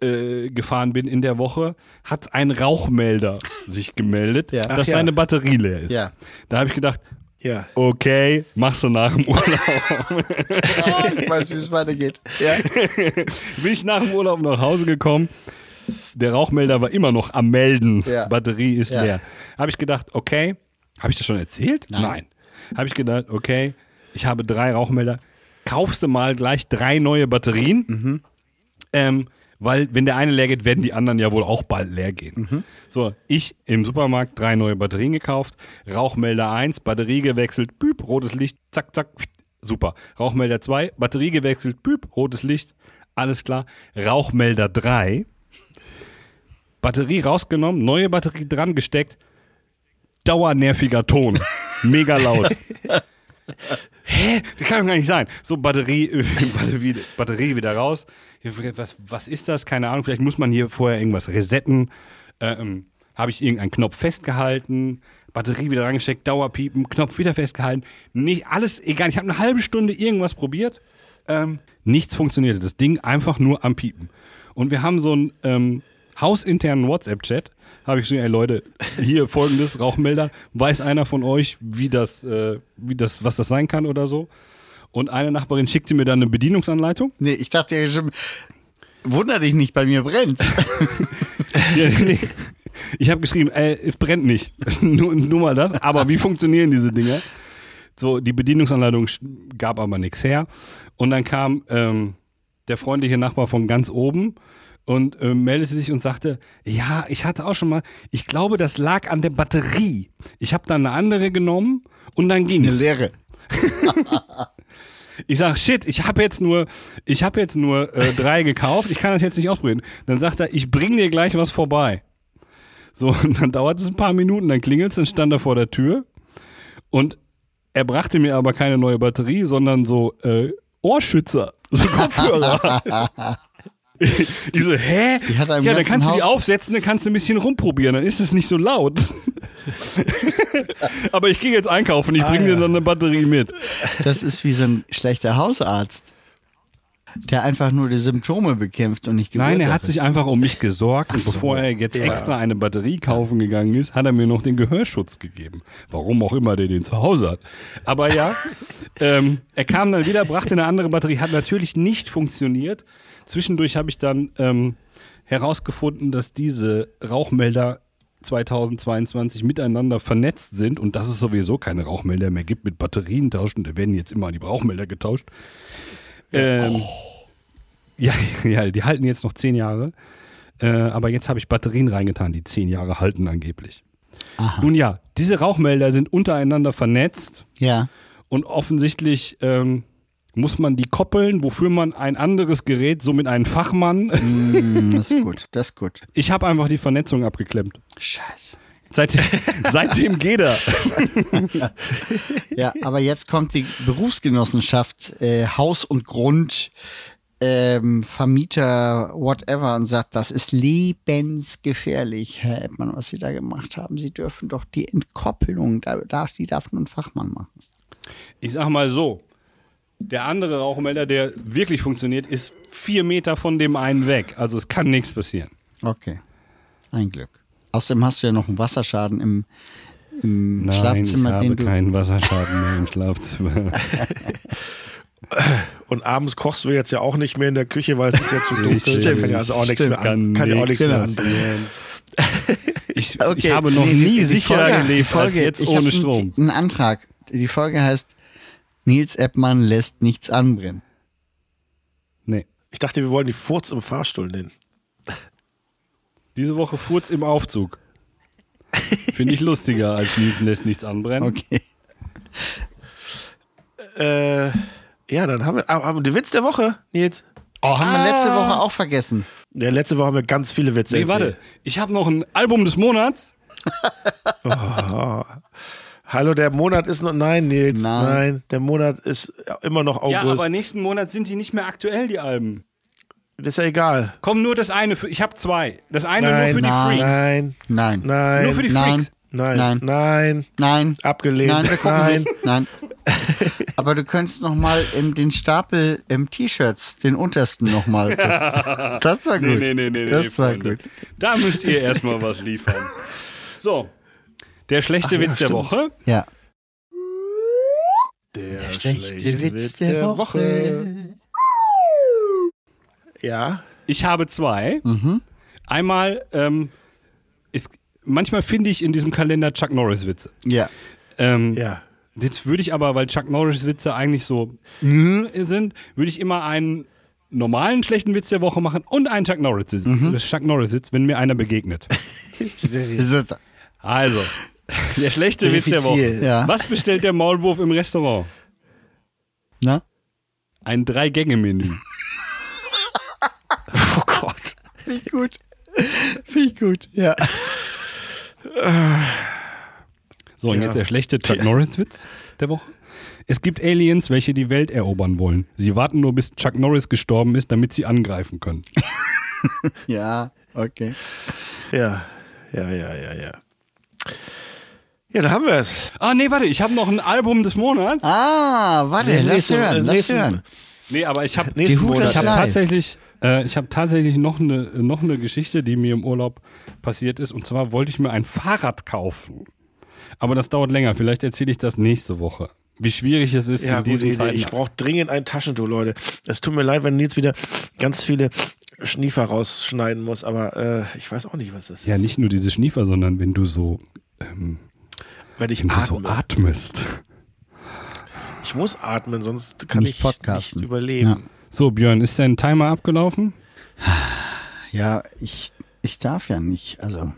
äh, gefahren bin in der Woche, hat ein Rauchmelder sich gemeldet,
Ja.
dass
Ach ja.
seine Batterie leer ist.
Ja.
Da habe ich gedacht,
Ja.
okay, machst du nach dem Urlaub.
Ah, Ich weiß, wie es weitergeht. Ja.
bin ich nach dem Urlaub nach Hause gekommen. Der Rauchmelder war immer noch am Melden.
Ja.
Batterie ist
Ja.
leer. Habe ich gedacht, okay. Habe ich das schon erzählt? Nein. Habe ich gedacht, okay, ich habe drei Rauchmelder. Kaufst du mal gleich drei neue Batterien? Ähm, weil, wenn der eine leer geht, werden die anderen ja wohl auch bald leer gehen. So, ich im Supermarkt drei neue Batterien gekauft, Rauchmelder 1, Batterie gewechselt, büb, rotes Licht, zack, zack, super. Rauchmelder 2, Batterie gewechselt, büb, rotes Licht, alles klar. Rauchmelder 3, Batterie rausgenommen, neue Batterie dran gesteckt, dauernerviger Ton. Mega laut. Hä? Das kann doch gar nicht sein. So, Batterie, Batterie, Batterie wieder raus. Was, was ist das? Keine Ahnung. Vielleicht muss man hier vorher irgendwas resetten. Ähm, Habe ich irgendeinen Knopf festgehalten? Batterie wieder reingesteckt, Dauerpiepen, Knopf wieder festgehalten. Nicht alles, egal. Ich habe eine halbe Stunde irgendwas probiert. Ähm, nichts funktionierte. Das Ding einfach nur am Piepen. Und wir haben so einen ähm, hausinternen WhatsApp-Chat. Habe ich gesagt, ey Leute, hier folgendes Rauchmelder. Weiß einer von euch, wie das, äh, wie das, was das sein kann oder so? Und eine Nachbarin schickte mir dann eine Bedienungsanleitung.
Nee, ich dachte ja schon, wunder dich nicht, bei mir brennt.
Ja, nee. Ich habe geschrieben, äh, es brennt nicht. nur, nur mal das. Aber wie funktionieren diese Dinger? So, die Bedienungsanleitung sch- gab aber nichts her. Und dann kam ähm, der freundliche Nachbar von ganz oben und ähm, meldete sich und sagte, ja, ich hatte auch schon mal, ich glaube, das lag an der Batterie. Ich habe dann eine andere genommen und dann ging
Eine
es.
Leere.
Ich sag, shit, ich habe jetzt nur, ich habe jetzt nur äh, drei gekauft, ich kann das jetzt nicht ausprobieren. Dann sagt er, ich bring dir gleich was vorbei. So, und dann dauert es ein paar Minuten, dann klingelt's, dann stand er vor der Tür und er brachte mir aber keine neue Batterie, sondern so äh, Ohrschützer, so Kopfhörer. Ich so, hä?
Die hat er im
ja, dann
ganzen
kannst du die
Haus-
aufsetzen, dann kannst du ein bisschen rumprobieren, dann ist es nicht so laut. aber ich gehe jetzt einkaufen, ich bring
Ah,
dir
ja.
dann eine Batterie mit.
Das ist wie so ein schlechter Hausarzt, der einfach nur die Symptome bekämpft und nicht die
Nein, er
Ursache.
hat sich einfach um mich gesorgt. Und
so.
bevor er jetzt extra eine Batterie kaufen gegangen ist, hat er mir noch den Gehörschutz gegeben. Warum auch immer der den zu Hause hat. Aber ja, ähm, er kam dann wieder, brachte eine andere Batterie, hat natürlich nicht funktioniert. Zwischendurch habe ich dann ähm, herausgefunden, dass diese Rauchmelder 2022 miteinander vernetzt sind und dass es sowieso keine Rauchmelder mehr gibt mit Batterien tauschen. Da werden jetzt immer die Rauchmelder getauscht. Ähm, ja, ja, die halten jetzt noch zehn Jahre. Äh, aber jetzt habe ich Batterien reingetan, die zehn Jahre halten angeblich. Nun ja, diese Rauchmelder sind untereinander vernetzt
Ja.
und offensichtlich ähm, muss man die koppeln, wofür man ein anderes Gerät, somit einen Fachmann.
Hm, Das ist gut, das ist gut.
Ich habe einfach die Vernetzung abgeklemmt.
Scheiße.
Seitdem, seitdem geht er.
Ja, aber jetzt kommt die Berufsgenossenschaft, äh, Haus und Grund, ähm, Vermieter, whatever, und sagt, das ist lebensgefährlich, Herr Eppmann, was Sie da gemacht haben. Sie dürfen doch die Entkoppelung, da, da, die darf nur ein Fachmann machen.
Ich sag mal so, der andere Rauchmelder, der wirklich funktioniert, ist vier Meter von dem einen weg. Also es kann nichts passieren.
Okay. Ein Glück. Außerdem hast du ja noch einen Wasserschaden im, im Schlafzimmer,
ich habe
den du.
keinen Wasserschaden mehr im Schlafzimmer.
Und abends kochst du jetzt ja auch nicht mehr in der Küche, weil es ist ja zu dunkel.
Stimmt,
Da kann ja also auch nichts
stimmt,
mehr an. Kann ja auch nichts mehr an.
Ich, ich
Okay,
habe noch
nee, die-
nie
die
sicherer
Folge- die
gelebt als jetzt
ich
ohne
hab
Strom.
Einen, einen Antrag. Die Folge heißt Nils Eppmann lässt nichts anbrennen.
Nee.
Ich dachte, wir wollen die Furz im Fahrstuhl nennen.
Diese Woche Furz im Aufzug. Finde ich lustiger als Nils lässt nichts anbrennen.
Okay.
Äh, ja, dann haben wir. Ah, haben wir den Witz der Woche, Nils.
Oh, haben wir letzte Woche auch vergessen.
Ja, letzte Woche haben wir ganz viele Witze.
Nee, warte.
erzählt.
Ich habe noch ein Album des Monats.
Hallo, der Monat ist noch. Nein, Nils.
Nein.
Nein. der Monat ist immer noch August.
Ja, aber nächsten Monat sind die nicht mehr aktuell, die Alben.
Das ist ja egal.
Komm, nur das eine für. Ich habe zwei. Das eine
Nein,
nur für
nein,
die Freaks.
Nein,
Nein.
nein,
Nur für die
Nein.
Freaks.
nein,
Nein.
nein,
Nein.
abgelehnt.
Nein, wir gucken
nein.
nicht. Nein. Aber du könntest noch mal ähm, den Stapel ähm, T-Shirts, den untersten noch mal. Das war gut.
Nee, nee, nee, nee, nee,
das war
Freunde.
gut.
Da müsst ihr erstmal was liefern. So. Der schlechte Witz der Woche.
Ja.
Der
Schlechte Witz der, Woche.
Ja,
Ich habe zwei.
Mhm.
Einmal, ähm, ist, manchmal finde ich in diesem Kalender Chuck Norris Witze.
Ja.
Ähm,
ja.
Jetzt würde ich aber, weil Chuck Norris Witze eigentlich so
Mhm.
mm sind, würde ich immer einen normalen schlechten Witz der Woche machen und einen Chuck Norris Witz,
Mhm.
Chuck Norris Witz wenn mir einer begegnet.
Das ist-
Also, der schlechte Witz der Woche.
Verifiziert.
Ja.
Was bestellt der Maulwurf im Restaurant?
Na?
Ein Drei-Gänge-Menü.
Oh Gott.
Wie gut. Wie gut. Ja.
So, und
Ja.
jetzt der schlechte Chuck Norris-Witz der Woche. Es gibt Aliens, welche die Welt erobern wollen. Sie warten nur, bis Chuck Norris gestorben ist, damit sie angreifen können.
Ja. Okay.
Ja, ja, ja, ja, ja. Ja, da haben wir es.
Ah, nee, warte, ich habe noch ein Album des Monats.
Ah, warte,
Nee,
lass
nächsten-
hören,
äh,
lass
nächsten-
hören.
Nee, aber ich habe
Nächsten
Who
Monat.
Ich habe
Live.
tatsächlich, äh, ich habe tatsächlich noch eine noch eine Geschichte, die mir im Urlaub passiert ist. Und zwar wollte ich mir ein Fahrrad kaufen, aber das dauert länger. Vielleicht erzähle ich das nächste Woche. Wie schwierig es ist
Ja,
in
gute
diesen
Idee.
Zeiten.
Ich brauche dringend ein Taschentuch, Leute. Es tut mir leid, wenn Nils wieder ganz viele Schniefer rausschneiden muss, aber äh, ich weiß auch nicht, was das ist.
ja, nicht nur diese Schniefer, sondern wenn du so, ähm,
Wenn ich
wenn du so
atme.
atmest.
ich muss atmen, sonst kann
Nicht
ich
podcasten.
nicht überleben.
So Björn, ist dein Timer abgelaufen?
Ja, ich, ich darf ja nicht. Also,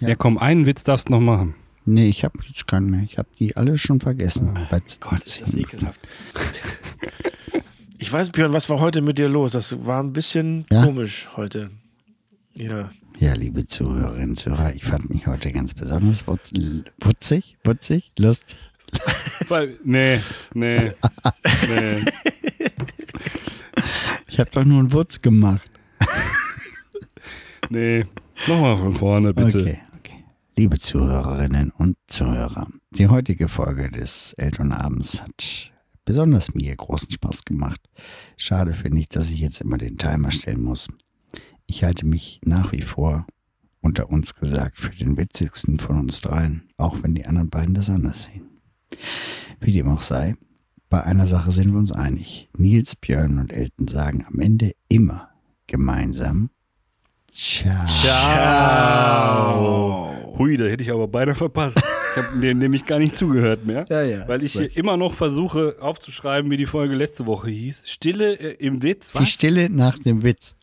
Ja, komm, einen Witz darfst du noch machen.
nee, ich habe jetzt keinen mehr. Ich habe die alle schon vergessen. Bei Oh Gott,
Ist das ekelhaft. ich weiß, Björn, was war heute mit dir los? Das war ein bisschen
Ja?
komisch heute. Ja.
Ja, liebe Zuhörerinnen und Zuhörer, ich fand mich heute ganz besonders wutz- wutzig, wutzig, lustig.
Weil- nee, nee, nee.
Ich habe doch nur einen Wutz gemacht.
Nee. Nochmal von vorne, bitte.
Okay, okay. Liebe Zuhörerinnen und Zuhörer, die heutige Folge des Elternabends hat besonders mir großen Spaß gemacht. Schade finde ich, dass ich jetzt immer den Timer stellen muss. Ich halte mich nach wie vor, unter uns gesagt, für den witzigsten von uns dreien, auch wenn die anderen beiden das anders sehen. Wie dem auch sei, bei einer Sache sind wir uns einig. Nils, Björn und Elton sagen am Ende immer gemeinsam Ciao.
Ciao. Hui, da hätte ich aber beinahe verpasst. Ich habe dir nämlich gar nicht zugehört mehr.
Ja, ja,
Weil ich
ich weiß.
hier immer noch versuche aufzuschreiben, wie die Folge letzte Woche hieß. Stille äh, im Witz.
Die Stille nach dem Witz.